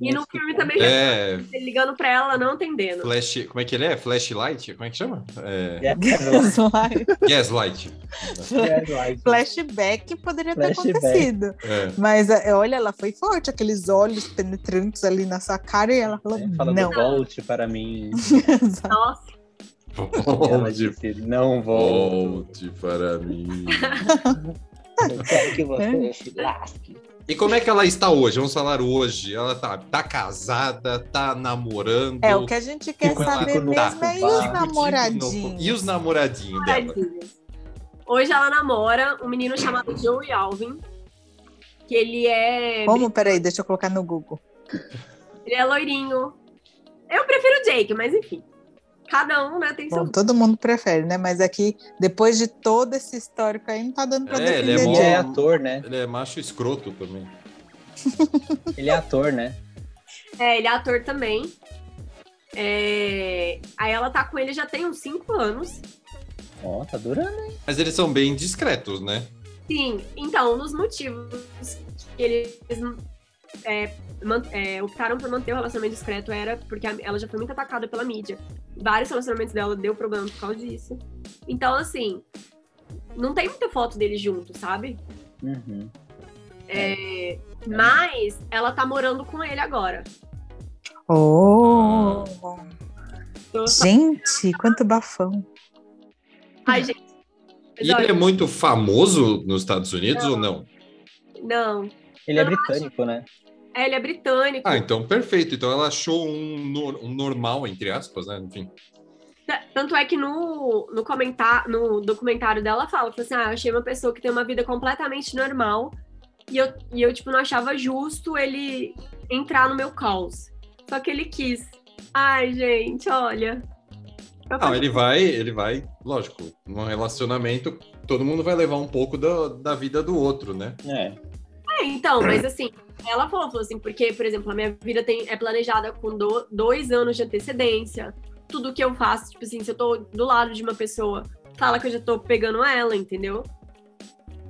Speaker 2: E no filme também
Speaker 1: É,
Speaker 2: ele tá ligando pra ela, ela não atendendo.
Speaker 1: flash... Como é que ele é? Flashlight? Como é que chama? É...
Speaker 3: É,
Speaker 6: Gaslight.
Speaker 1: Gaslight.
Speaker 3: gaslight.
Speaker 6: Flashback poderia ter
Speaker 3: Flashback.
Speaker 6: acontecido.
Speaker 1: É.
Speaker 6: Mas é, olha, ela foi forte, aqueles olhos penetrantes ali na sua cara e ela falou:
Speaker 3: É, Falando
Speaker 6: não.
Speaker 3: volte para mim.
Speaker 2: Nossa,
Speaker 3: E ela
Speaker 1: Volte,
Speaker 3: disse, não volto.
Speaker 1: volte para mim.
Speaker 3: Ah, Eu quero que você se lasque.
Speaker 1: E como é que ela está hoje? Vamos falar hoje. Ela tá, tá casada, tá namorando.
Speaker 6: É o que a gente quer
Speaker 1: Ficou
Speaker 6: saber
Speaker 3: no
Speaker 6: mesmo é e
Speaker 3: vácuo,
Speaker 6: os
Speaker 1: Fudido, não-
Speaker 6: namoradinhos.
Speaker 1: E os namoradinhos dela?
Speaker 2: tadinhas. Hoje ela namora um menino chamado Joey Alvin, que ele é
Speaker 6: Como? Peraí, deixa eu colocar no Google.
Speaker 2: Ele é loirinho. Eu prefiro o Jake, mas enfim. Cada um, né, tem seu.
Speaker 6: Bom, todo mundo prefere, né? Mas aqui, depois de todo esse histórico aí, não tá dando pra
Speaker 1: É,
Speaker 6: defender
Speaker 1: ele é
Speaker 3: Ele
Speaker 1: mó-
Speaker 6: Jake.
Speaker 3: é ator, né?
Speaker 1: Ele é macho escroto também.
Speaker 3: Ele é ator, né?
Speaker 2: É, ele é ator também. É, Aí ela tá com ele já tem uns 5 anos.
Speaker 3: Ó, tá durando.
Speaker 1: Mas eles são bem discretos, né?
Speaker 2: Sim, então, nos motivos que eles é, man- é, optaram por manter o relacionamento discreto era porque a- ela já foi muito atacada pela mídia. Vários relacionamentos dela deu problema por causa disso. Então, assim, não tem muita foto deles juntos, sabe?
Speaker 3: Uhum.
Speaker 2: É, mas ela tá morando com ele agora.
Speaker 6: Oh,
Speaker 2: Tô só-
Speaker 6: gente, quanto bafão.
Speaker 2: Ai, gente. Mas
Speaker 1: E ele
Speaker 2: olha,
Speaker 1: é muito famoso nos Estados Unidos ou não?
Speaker 2: Não.
Speaker 3: Ele é britânico, né?
Speaker 2: É, ele é britânico.
Speaker 1: Ah, então perfeito. Então ela achou um, nor- um normal, entre aspas, né? Enfim.
Speaker 2: T- Tanto é que no, no, comentar, no documentário dela fala, fala assim, ah, eu achei uma pessoa que tem uma vida completamente normal e eu, e eu tipo, não achava justo ele entrar no meu caos. Só que ele quis. Ai, gente, olha. Eu
Speaker 1: Ah, ele vai, ele vai, lógico, num relacionamento, todo mundo vai levar um pouco da, da vida do outro, né?
Speaker 3: É.
Speaker 2: É, então, mas assim, ela falou, falou assim, porque, por exemplo, a minha vida tem, é planejada com do- dois anos de antecedência. Tudo que eu faço, tipo assim, se eu tô do lado de uma pessoa, fala que eu já tô pegando ela, entendeu?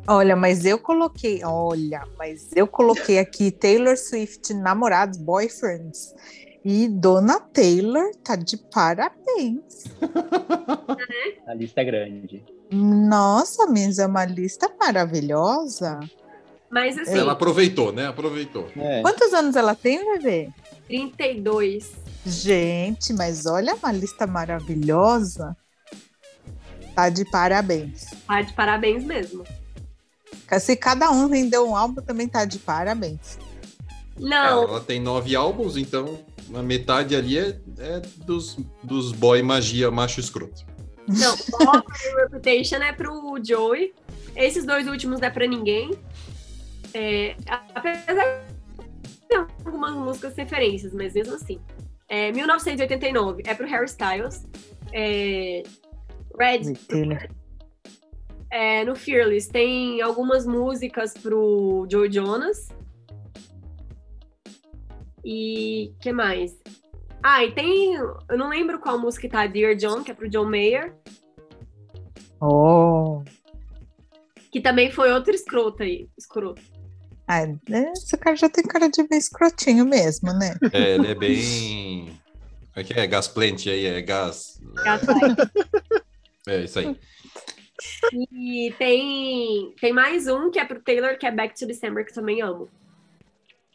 Speaker 6: Olha, mas eu coloquei, olha, mas eu coloquei aqui Taylor Swift, namorados, boyfriends. E Dona Taylor tá de parabéns.
Speaker 3: A lista é grande.
Speaker 6: Nossa, mas é uma lista maravilhosa.
Speaker 2: Mas assim,
Speaker 1: Ela aproveitou, né? Aproveitou.
Speaker 3: É.
Speaker 6: Quantos anos ela tem, bebê?
Speaker 2: 32.
Speaker 6: Gente, mas olha uma lista maravilhosa. Tá de parabéns.
Speaker 2: Tá de parabéns mesmo.
Speaker 6: Se cada um vendeu um álbum, também tá de parabéns.
Speaker 1: Ela,
Speaker 2: Não,
Speaker 1: ela tem nove álbuns, então a metade ali é, é dos, dos boy magia macho escroto.
Speaker 2: não. Então, O Reputation é pro Joey. Esses dois últimos não é pra ninguém. É, a- apesar de ter algumas músicas referências, mas mesmo assim. É, 1989 é pro Harry Styles. É, Red
Speaker 6: Taylor.
Speaker 2: é, no Fearless tem algumas músicas pro Joe Jonas. E que mais? Ah, e tem. Eu não lembro qual música que tá Dear John, que é pro John Mayer,
Speaker 6: Oh.
Speaker 2: que também foi outro escroto aí. Escroto.
Speaker 6: Ah, né, esse cara já tem cara de bem escrotinho mesmo, né?
Speaker 1: É, ele é bem. Como é que é? Gas plant aí, é gás. É isso aí.
Speaker 2: E tem, tem mais um que é pro Taylor, que é Back to December, que eu também amo.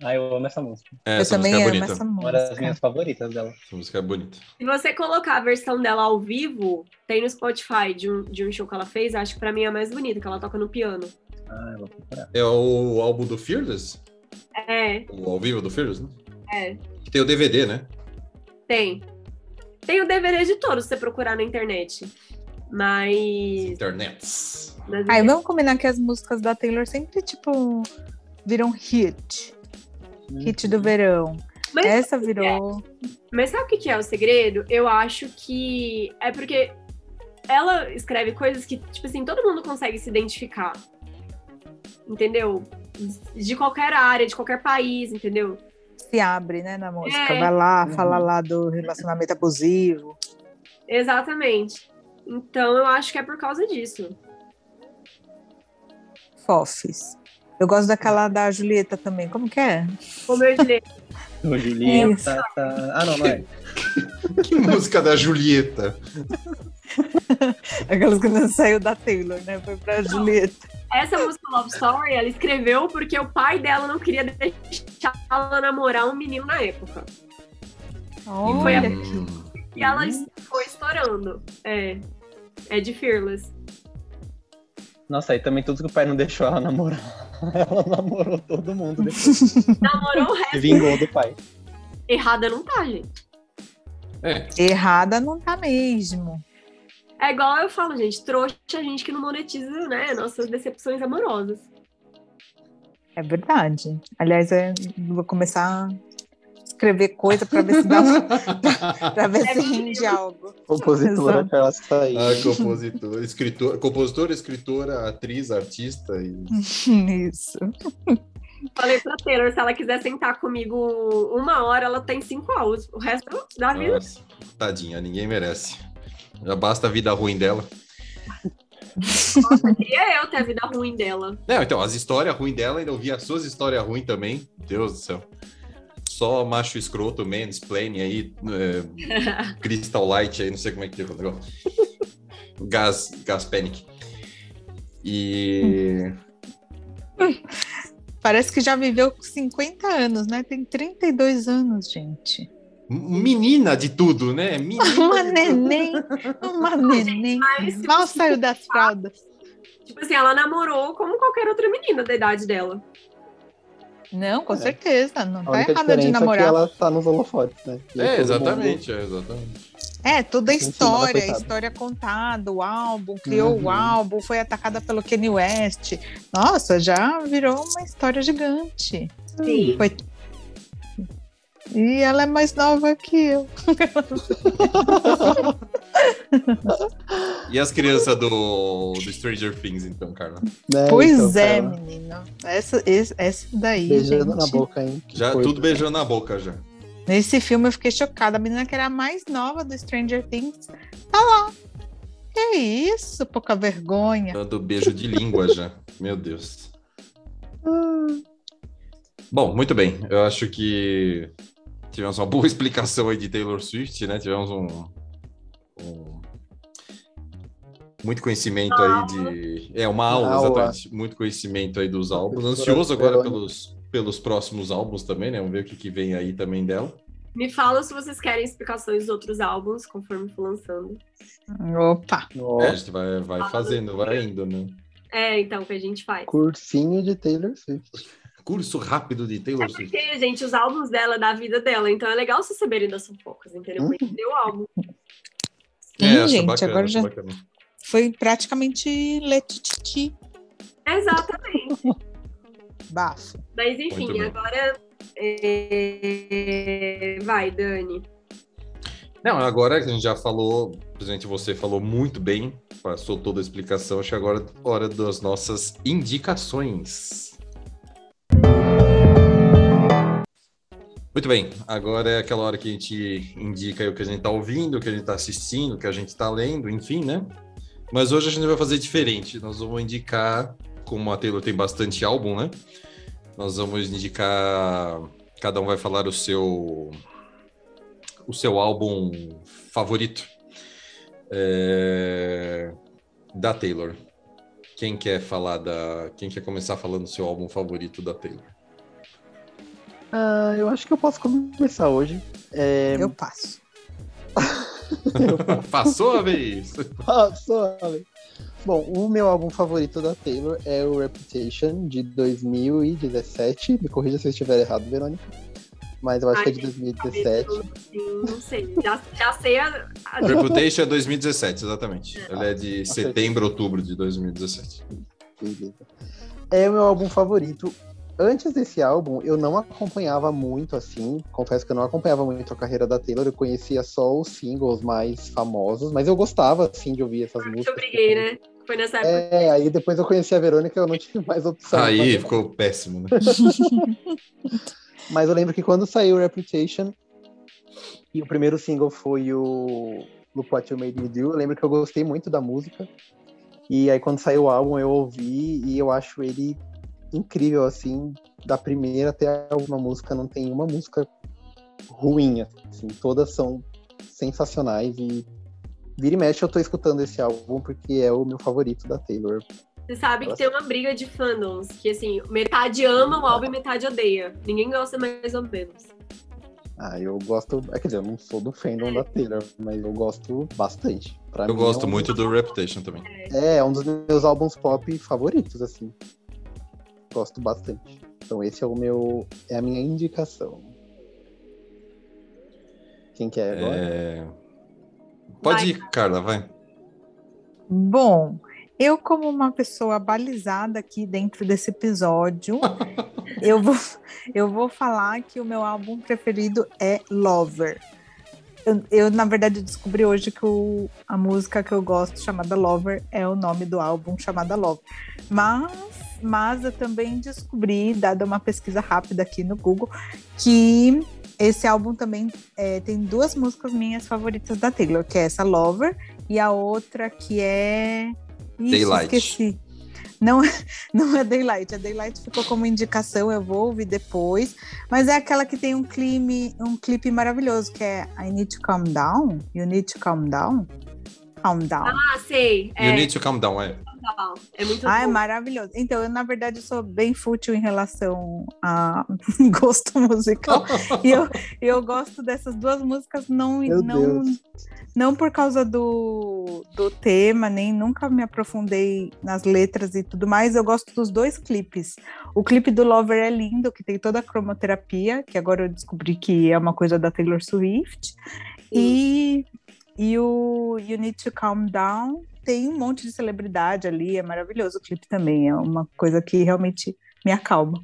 Speaker 3: Ah, eu amo essa música.
Speaker 1: É,
Speaker 6: eu
Speaker 1: essa
Speaker 6: também
Speaker 1: música é
Speaker 6: amo
Speaker 1: bonita.
Speaker 6: essa
Speaker 3: Uma das
Speaker 6: música.
Speaker 3: minhas favoritas dela.
Speaker 1: Essa música é bonita.
Speaker 2: Se você colocar a versão dela ao vivo, tem no Spotify de um, de um show que ela fez, acho que pra mim é a mais bonita, que ela toca no piano.
Speaker 3: Ah, eu vou procurar.
Speaker 1: É o álbum do Fearless?
Speaker 2: É,
Speaker 1: O ao vivo do Fearless, né?
Speaker 2: é.
Speaker 1: Que tem o DVD, né?
Speaker 2: Tem. Tem o DVD de todos, se você procurar na internet. Mas.
Speaker 1: Internet.
Speaker 2: mas-
Speaker 6: Aí vamos combinar que as músicas da Taylor sempre, tipo, viram hit. Hit
Speaker 3: Uhum.
Speaker 6: do verão.
Speaker 2: Mas-
Speaker 6: Essa virou.
Speaker 2: Mas sabe o que que é o segredo? Eu acho que é porque ela escreve coisas que, tipo assim, todo mundo consegue se identificar. Entendeu? De qualquer área, de qualquer país, entendeu?
Speaker 6: Se abre, né, na música.
Speaker 2: É.
Speaker 6: Vai lá,
Speaker 3: Uhum.
Speaker 6: fala lá do relacionamento abusivo.
Speaker 2: Exatamente. Então eu acho que é por causa disso.
Speaker 6: Fofes. Eu gosto daquela da Julieta também. Como que é?
Speaker 2: Como eu disse,
Speaker 3: Ô, Julieta. tá- Ah, não, não é.
Speaker 1: Que música da Julieta.
Speaker 6: Aquelas que não saiu da Taylor, né? Foi pra Julieta.
Speaker 2: essa música Love Story, ela escreveu porque o pai dela não queria deixar ela namorar um menino na época. foi
Speaker 6: Olha
Speaker 2: a-
Speaker 6: aqui.
Speaker 1: Hum,
Speaker 2: E
Speaker 3: Uhum.
Speaker 2: ela es- foi estourando. É. É de Fearless.
Speaker 3: Nossa, aí também tudo que o pai não deixou ela namorar. Ela namorou todo mundo depois.
Speaker 2: Namorou o resto.
Speaker 3: Se vingou do pai.
Speaker 2: Errada não tá, gente.
Speaker 1: É,
Speaker 6: Errada não tá mesmo.
Speaker 2: É igual eu falo, gente. Trouxa a gente que não monetiza, né? Nossas decepções amorosas.
Speaker 6: É verdade. Aliás, eu vou começar a escrever coisa para ver se dá para ver se rende algo.
Speaker 3: Compositora
Speaker 6: Exato.
Speaker 3: Carla Saí.
Speaker 1: a compositora, escritora, compositora, escritora, atriz, artista e
Speaker 6: Isso.
Speaker 2: Falei pra Taylor, se ela quiser sentar comigo uma hora, ela tem cinco aulas. O resto da vida.
Speaker 1: Nossa, tadinha, ninguém merece. Já basta a vida ruim dela.
Speaker 2: E é eu ter a vida ruim dela.
Speaker 1: Não, então, as histórias ruins dela, ainda ouvi as suas histórias ruins também. Deus do céu. Só macho escroto, mansplaining aí, é, Crystal Light aí, não sei como é que é o negócio. Gas, gas Panic. E...
Speaker 6: Parece que já viveu 50 anos, né? Tem 32 anos, gente.
Speaker 1: Menina de tudo, né? Menina.
Speaker 6: Uma neném, uma neném.
Speaker 2: Mas se um
Speaker 6: Mal
Speaker 2: você-
Speaker 6: saiu das fraldas.
Speaker 2: Tipo assim, ela namorou como qualquer outra menina da idade dela.
Speaker 6: Não, com
Speaker 3: É.
Speaker 6: certeza. Não
Speaker 3: A
Speaker 6: tá
Speaker 3: única
Speaker 6: errada de
Speaker 3: diferença é que
Speaker 6: namorar.
Speaker 3: ela tá nos holofotes, né? E aí
Speaker 1: É,
Speaker 3: todo
Speaker 1: exatamente, é, exatamente.
Speaker 6: É, toda a
Speaker 3: Enfim, ela,
Speaker 6: história, a
Speaker 3: coitada.
Speaker 6: história contada, o álbum, criou
Speaker 3: Uhum.
Speaker 6: o álbum, foi atacada pelo Kanye West. Nossa, já virou uma história gigante.
Speaker 2: Sim.
Speaker 6: E ela é mais nova que eu.
Speaker 1: E as crianças do, do Stranger Things, então, Carla?
Speaker 3: mundo, né?
Speaker 6: pois
Speaker 3: Então,
Speaker 6: é,
Speaker 3: cara,
Speaker 6: menino. Essa, esse- essa daí,
Speaker 3: Beijando
Speaker 6: gente.
Speaker 3: na boca, hein? Que
Speaker 1: Já,
Speaker 3: coisa.
Speaker 1: tudo beijando na boca já.
Speaker 6: Nesse filme eu fiquei chocada. A menina que era a mais nova do Stranger Things tá lá. Que isso, pouca vergonha.
Speaker 1: Dando beijo de língua já. Meu Deus. Bom, muito bem. Eu acho que tivemos uma boa explicação aí de Taylor Swift, né? Tivemos um. um- Muito conhecimento aí de. É, uma aula,
Speaker 3: Aula.
Speaker 1: exatamente. Muito conhecimento aí dos álbuns.
Speaker 3: professora
Speaker 1: Ansioso agora
Speaker 3: Verônica.
Speaker 1: pelos, pelos próximos álbuns também, né? Vamos ver o que, que vem aí também dela.
Speaker 2: Me fala se vocês querem explicações dos outros álbuns, conforme for lançando.
Speaker 6: Opa.
Speaker 3: Ó,
Speaker 1: É, a gente vai, vai fazendo, vai indo, né?
Speaker 2: É, então, que a gente faz.
Speaker 3: Cursinho de Taylor Swift.
Speaker 1: Curso rápido de
Speaker 2: É
Speaker 1: Taylor Swift.
Speaker 2: porque, gente, os álbuns dela, da vida dela, então é legal vocês saberem das fofocas, entendeu?
Speaker 3: Hum.
Speaker 2: Conhecer o álbum.
Speaker 6: Sim,
Speaker 1: É, acho
Speaker 6: gente,
Speaker 1: bacana,
Speaker 6: agora
Speaker 1: acho
Speaker 6: já
Speaker 1: bacana.
Speaker 6: foi praticamente Letiti
Speaker 2: Exatamente.
Speaker 6: bafo.
Speaker 2: Mas
Speaker 1: Muito
Speaker 2: enfim,
Speaker 1: bem.
Speaker 2: agora. é, Vai, Dani.
Speaker 1: Não, agora que a gente já falou, presidente, você falou muito bem, passou toda a explicação, acho que agora é hora das nossas indicações. Muito bem, agora é aquela hora que a gente indica aí o que a gente está ouvindo, o que a gente está assistindo, o que a gente está lendo, enfim, né? Mas hoje a gente vai fazer diferente, nós vamos indicar, como a Taylor tem bastante álbum, né? Nós vamos indicar, cada um vai falar o seu o seu álbum favorito é, da Taylor. Quem quer falar da. Quem quer começar falando do seu álbum favorito da Taylor?
Speaker 3: Ah, eu acho que eu posso começar hoje. É,
Speaker 6: Eu passo.
Speaker 1: Passou a vez!
Speaker 3: Ah, suave. Bom, o meu álbum favorito da Taylor é o Reputation de 2017. Me corrija se eu estiver errado, Verônica. Mas eu acho
Speaker 2: Ai,
Speaker 3: que é de
Speaker 2: Talvez
Speaker 3: 2017.
Speaker 2: eu, assim, não sei. Já, já sei a, a-
Speaker 1: Reputation é 2017, exatamente. Ela é de setembro, outubro de 2017.
Speaker 3: Beleza. É o meu álbum favorito. Antes desse álbum, eu não acompanhava muito assim. Confesso que eu não acompanhava muito a carreira da Taylor. Eu conhecia só os singles mais famosos, mas eu gostava assim de ouvir essas
Speaker 2: que
Speaker 3: músicas.
Speaker 2: eu briguei, né? Foi nessa época.
Speaker 3: É, aí depois eu conheci a Verônica, eu não tive mais opção.
Speaker 1: Aí ficou péssimo, né?
Speaker 3: Mas eu lembro que quando saiu Reputation, e o primeiro single foi o Look What You Made Me Do, eu lembro que eu gostei muito da música. E aí quando saiu o álbum eu ouvi e eu acho ele incrível, assim, da primeira até alguma música, não tem uma música ruim, assim, todas são sensacionais e vira e mexe eu tô escutando esse álbum porque é o meu favorito da Taylor.
Speaker 2: Você sabe que tem uma briga de fandoms, que assim, metade ama o álbum e metade odeia. Ninguém gosta mais ou menos.
Speaker 3: Ah, eu gosto, é, quer dizer, eu não sou do fandom da Taylor, mas eu gosto bastante. Pra
Speaker 1: Eu
Speaker 3: mim é
Speaker 1: gosto
Speaker 3: um-
Speaker 1: muito do Reputation também.
Speaker 3: É, é um dos meus álbuns pop favoritos, assim. Gosto bastante. Então esse é o meu. É a minha indicação. Quem quer agora?
Speaker 1: É, Pode ir, Carla, vai.
Speaker 6: Bom, eu como uma pessoa balizada aqui dentro desse episódio, eu vou, eu vou falar que o meu álbum preferido é Lover. Eu, eu, na verdade, descobri hoje que o- a música que eu gosto, chamada Lover, é o nome do álbum, chamada Lover. Mas, mas eu também descobri, dada uma pesquisa rápida aqui no Google, que esse álbum também é, tem duas músicas minhas favoritas da Taylor, que é essa Lover e a outra que é. Ixi,
Speaker 1: Daylight.
Speaker 6: Esqueci. Não, não é Daylight. A Daylight ficou como indicação, eu vou ouvir depois. Mas é aquela que tem um clipe, um clipe maravilhoso, que é I Need to Calm Down. You Need to Calm Down. Calm Down.
Speaker 2: Ah, sei.
Speaker 1: You
Speaker 2: É,
Speaker 1: need to calm down, é.
Speaker 2: total. É muito
Speaker 6: Ah, é
Speaker 2: bom.
Speaker 6: maravilhoso. Então, eu, na verdade, eu sou bem fútil em relação a gosto musical. e eu, eu gosto dessas duas músicas, não,
Speaker 3: Meu
Speaker 6: não, não por causa do, do tema, nem nunca me aprofundei nas letras e tudo mais. Eu gosto dos dois clipes. O clipe do Lover é lindo, que tem toda a cromoterapia, que agora eu descobri que é uma coisa da Taylor Swift. E, e o You Need to Calm Down tem um monte de celebridade ali, é maravilhoso o clipe também, é uma coisa que realmente me acalma.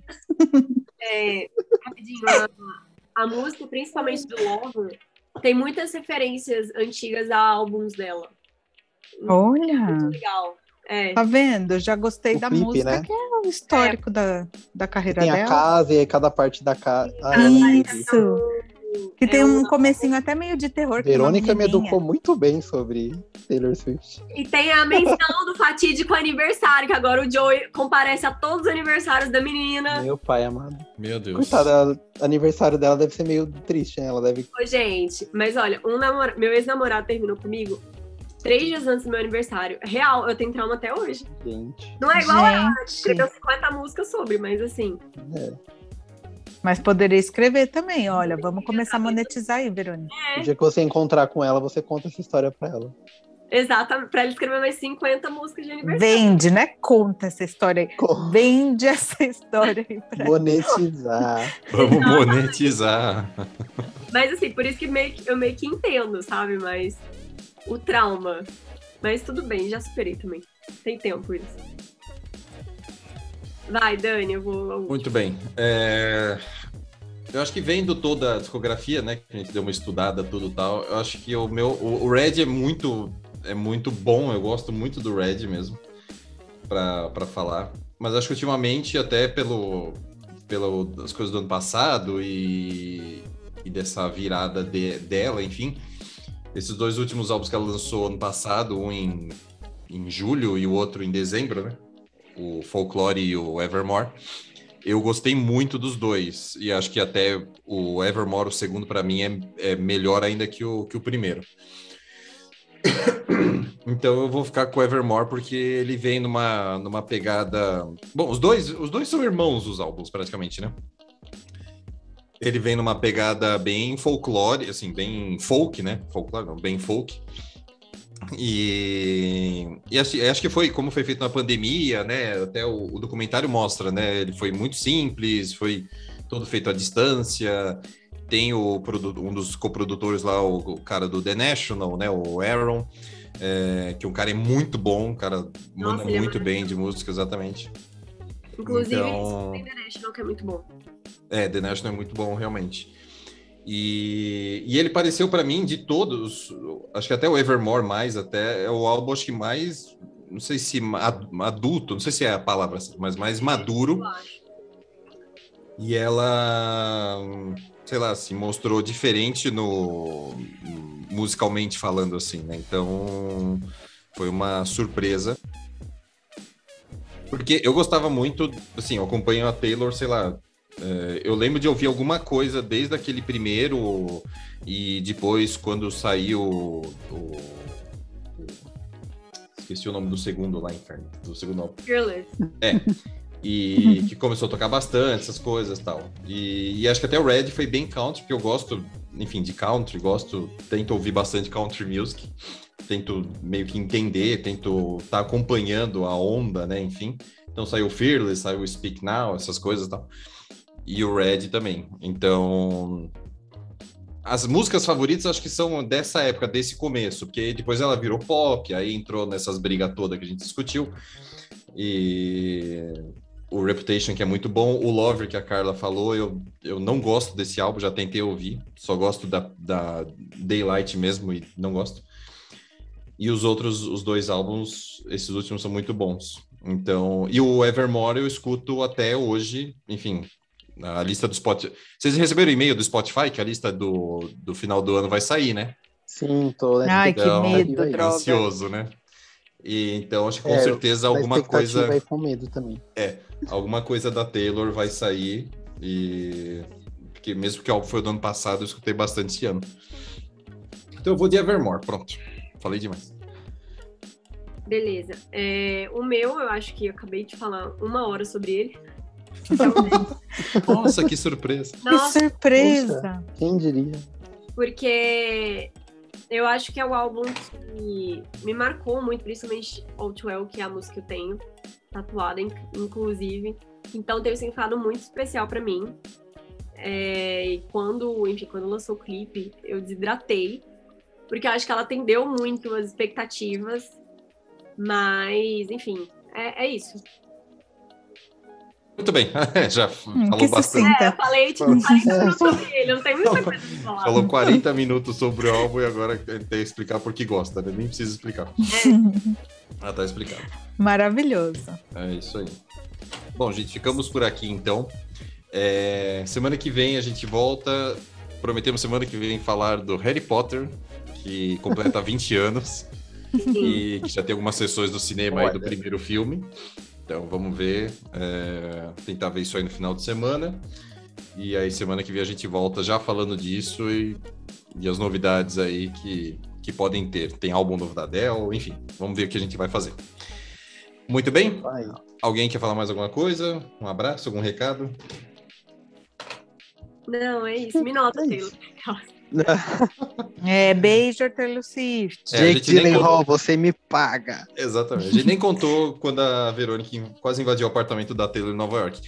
Speaker 2: É, rapidinho, a, a música, principalmente do Lover, tem muitas referências antigas a álbuns dela. Muito
Speaker 6: Olha,
Speaker 2: legal. É,
Speaker 6: tá vendo? Eu Já gostei
Speaker 3: O
Speaker 6: da
Speaker 3: clipe,
Speaker 6: música,
Speaker 3: né?
Speaker 6: que é o histórico da, da carreira
Speaker 3: Tem a
Speaker 6: dela.
Speaker 3: casa e aí cada parte da ah, é. casa.
Speaker 6: Isso, que
Speaker 2: é
Speaker 6: tem um
Speaker 2: uma-
Speaker 6: comecinho até meio de terror. que é uma
Speaker 3: Verônica me
Speaker 6: menininha.
Speaker 3: educou muito bem sobre Taylor Swift.
Speaker 2: E tem a menção do fatídico aniversário, que agora o Joey comparece a todos os aniversários da
Speaker 6: Ah.
Speaker 2: menina.
Speaker 3: Meu pai amado.
Speaker 1: Meu Deus.
Speaker 3: Coitada, aniversário dela deve ser meio triste, né? Ela deve.
Speaker 2: Ô, gente, mas olha, um namora- meu ex-namorado terminou comigo três dias antes do meu aniversário. Real, eu tenho trauma até hoje.
Speaker 3: Gente.
Speaker 2: Não é igual ela,
Speaker 6: Gente,
Speaker 2: escreveu 50 músicas sobre, mas assim,
Speaker 6: mas poderia escrever também, olha, vamos começar a monetizar aí, Verônica.
Speaker 3: O dia que você encontrar com ela, você conta essa história pra ela.
Speaker 2: exatamente, pra ele escrever mais 50 músicas de aniversário.
Speaker 6: Vende, né? Conta essa história aí.
Speaker 3: Co-
Speaker 6: Vende essa história aí pra
Speaker 3: Monetizar.
Speaker 1: Vamos monetizar.
Speaker 2: Mas assim, por isso que meio que- eu meio que entendo, sabe? Mas o trauma. Mas tudo bem, já superei também. Tem tempo isso. Vai, Dani, eu vou. ao último.
Speaker 1: Muito bem. É, Eu acho que vendo toda a discografia, né? Que a gente deu uma estudada, tudo e tal. Eu acho que o meu. O, o Red é muito, é muito bom. Eu gosto muito do Red mesmo. Pra, pra falar. Mas acho que ultimamente, até pelo. pelo as coisas do ano passado e. E dessa virada de- dela, enfim. Esses dois últimos álbuns que ela lançou ano passado, um em, em julho e o outro em dezembro, né? O Folklore e o Evermore. Eu gostei muito dos dois. E acho que até o Evermore, o segundo, para mim, é, é melhor ainda que o, que o primeiro. Então eu vou ficar com o Evermore, porque ele vem numa, numa pegada. Bom, os dois, os dois são irmãos, os álbuns, praticamente, né? Ele vem numa pegada bem folclore, assim, bem folk, né? Folclore, não, bem folk. E, e acho, acho que foi como foi feito na pandemia, né? Até o, o documentário mostra, né? Ele foi muito simples, foi todo feito à distância. Tem o produ- um dos coprodutores lá, o, o cara do The National, né? O Aaron, é, que é um cara é muito bom, um cara manda
Speaker 2: ele é
Speaker 1: muito bem de música, exatamente.
Speaker 2: Inclusive,
Speaker 1: Então-
Speaker 2: isso tem The National, que é muito bom.
Speaker 1: É, The National é muito bom, realmente. E, e ele pareceu para mim, de todos, acho que até o Evermore mais, até, é o álbum acho que mais, não sei se ma- adulto, não sei se é a palavra, mas mais maduro.
Speaker 2: Eu acho.
Speaker 1: E ela, sei lá, se mostrou diferente no musicalmente falando, assim, né? Então, foi uma surpresa. Porque eu gostava muito, assim, eu acompanho a Taylor, sei lá, eh, eu lembro de ouvir alguma coisa desde aquele primeiro e depois quando saiu o, o- Esqueci o nome do segundo lá, inferno, do segundo álbum
Speaker 2: Fearless.
Speaker 1: e que começou a tocar bastante essas coisas tal. E, e acho que até o Red foi bem country, porque eu gosto, enfim, de country, gosto, tento ouvir bastante country music, tento meio que entender, tento estar acompanhando a onda, né, enfim. Então saiu Fearless, saiu Speak Now, essas coisas e tal. E o Red também. Então, as músicas favoritas acho que são dessa época, desse começo, porque depois ela virou pop, aí entrou nessas brigas todas que a gente discutiu. E o Reputation, que é muito bom, o Lover, que a Carla falou, eu, eu não gosto desse álbum, já tentei ouvir, só gosto da, da Daylight mesmo e não gosto. E os outros, os dois álbuns, esses últimos são muito bons. Então, e o Evermore eu escuto até hoje, enfim, a lista do Spotify. Vocês receberam o e-mail do Spotify que a lista do, do final do ano vai sair, né?
Speaker 3: Sim, tô né?
Speaker 6: Ai, que
Speaker 1: Então,
Speaker 6: medo,
Speaker 3: aí.
Speaker 6: droga.
Speaker 1: Ansioso, né? E, então, acho que com
Speaker 3: É,
Speaker 1: certeza
Speaker 3: Da
Speaker 1: alguma
Speaker 3: expectativa
Speaker 1: coisa
Speaker 3: aí com medo também.
Speaker 1: alguma coisa da Taylor vai sair e porque mesmo que o álbum foi do ano passado, eu escutei bastante esse ano. Então eu vou de Evermore, pronto. Falei demais.
Speaker 2: Beleza. É, o meu, eu acho que eu acabei de falar uma hora sobre ele. Então,
Speaker 1: Nossa, que surpresa.
Speaker 6: que
Speaker 2: Nossa,
Speaker 6: surpresa!
Speaker 3: Quem diria?
Speaker 2: porque eu acho que é o álbum que me marcou muito, principalmente All Too Well, que é a música que eu tenho tatuada, in- inclusive. Então teve um significado muito especial pra mim. É, e quando, enfim, quando lançou o clipe, eu desidratei, porque eu acho que ela atendeu muito as expectativas, mas, enfim, é, é isso.
Speaker 1: Muito bem, já
Speaker 6: Hum,
Speaker 1: falou
Speaker 6: que
Speaker 1: bastante.
Speaker 2: É, eu
Speaker 6: sucinta.
Speaker 2: falei, tipo, falei tudo sobre ele, não tem muita coisa pra falar.
Speaker 1: Falou 40 minutos sobre o álbum e agora tem que explicar por que gosta, né? Nem precisa explicar. Ah, tá explicado.
Speaker 6: Maravilhoso.
Speaker 1: É isso aí. Bom, gente, ficamos por aqui então. É, semana que vem a gente volta. Prometemos semana que vem falar do Harry Potter, que completa 20 anos
Speaker 2: Sim.
Speaker 1: e que já tem algumas sessões do cinema aí do
Speaker 3: Olha.
Speaker 1: primeiro filme. Então vamos ver, é, tentar ver isso aí no final de semana. E aí semana que vem a gente volta já falando disso e, e as novidades aí que, que podem ter. Tem álbum novo da Dell, enfim, vamos ver o que a gente vai fazer. Muito bem?
Speaker 3: Vai.
Speaker 1: Alguém quer falar mais alguma coisa? Um abraço, algum recado?
Speaker 2: Não, é isso. Me nota,
Speaker 3: É
Speaker 2: Taylor.
Speaker 3: isso.
Speaker 6: É,
Speaker 1: Hum.
Speaker 6: beijo, Taylor Swift.
Speaker 1: É, a
Speaker 5: Jake
Speaker 1: gente nem
Speaker 5: Gyllenhaal, você me paga.
Speaker 1: Exatamente. A gente nem contou quando a Verônica quase invadiu o apartamento da Taylor em Nova York.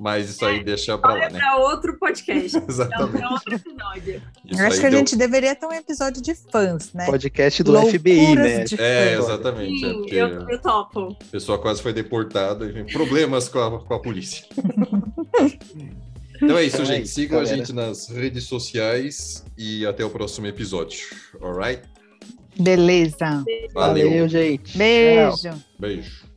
Speaker 1: Mas isso aí deixa pra lá,
Speaker 2: Olha
Speaker 1: né?
Speaker 2: pra outro podcast. Então,
Speaker 1: Exatamente.
Speaker 2: pra outro episódio.
Speaker 1: Isso
Speaker 6: Eu acho
Speaker 1: aí
Speaker 6: que a
Speaker 1: deu-
Speaker 6: gente deveria ter um episódio de fãs, né?
Speaker 5: Podcast do
Speaker 6: Loucuras
Speaker 5: FBI, né?
Speaker 6: de
Speaker 1: É,
Speaker 6: fãs.
Speaker 1: exatamente. É
Speaker 2: Sim,
Speaker 1: porque
Speaker 2: eu, eu topo.
Speaker 1: a pessoa quase foi deportada e tem problemas com a, com a polícia. Então é isso,
Speaker 3: Então é
Speaker 1: gente.
Speaker 3: isso,
Speaker 1: Sigam a
Speaker 3: galera.
Speaker 1: gente nas redes sociais e até o próximo episódio. Alright?
Speaker 6: Beleza.
Speaker 1: Valeu.
Speaker 3: gente.
Speaker 6: Beijo.
Speaker 1: Beijo.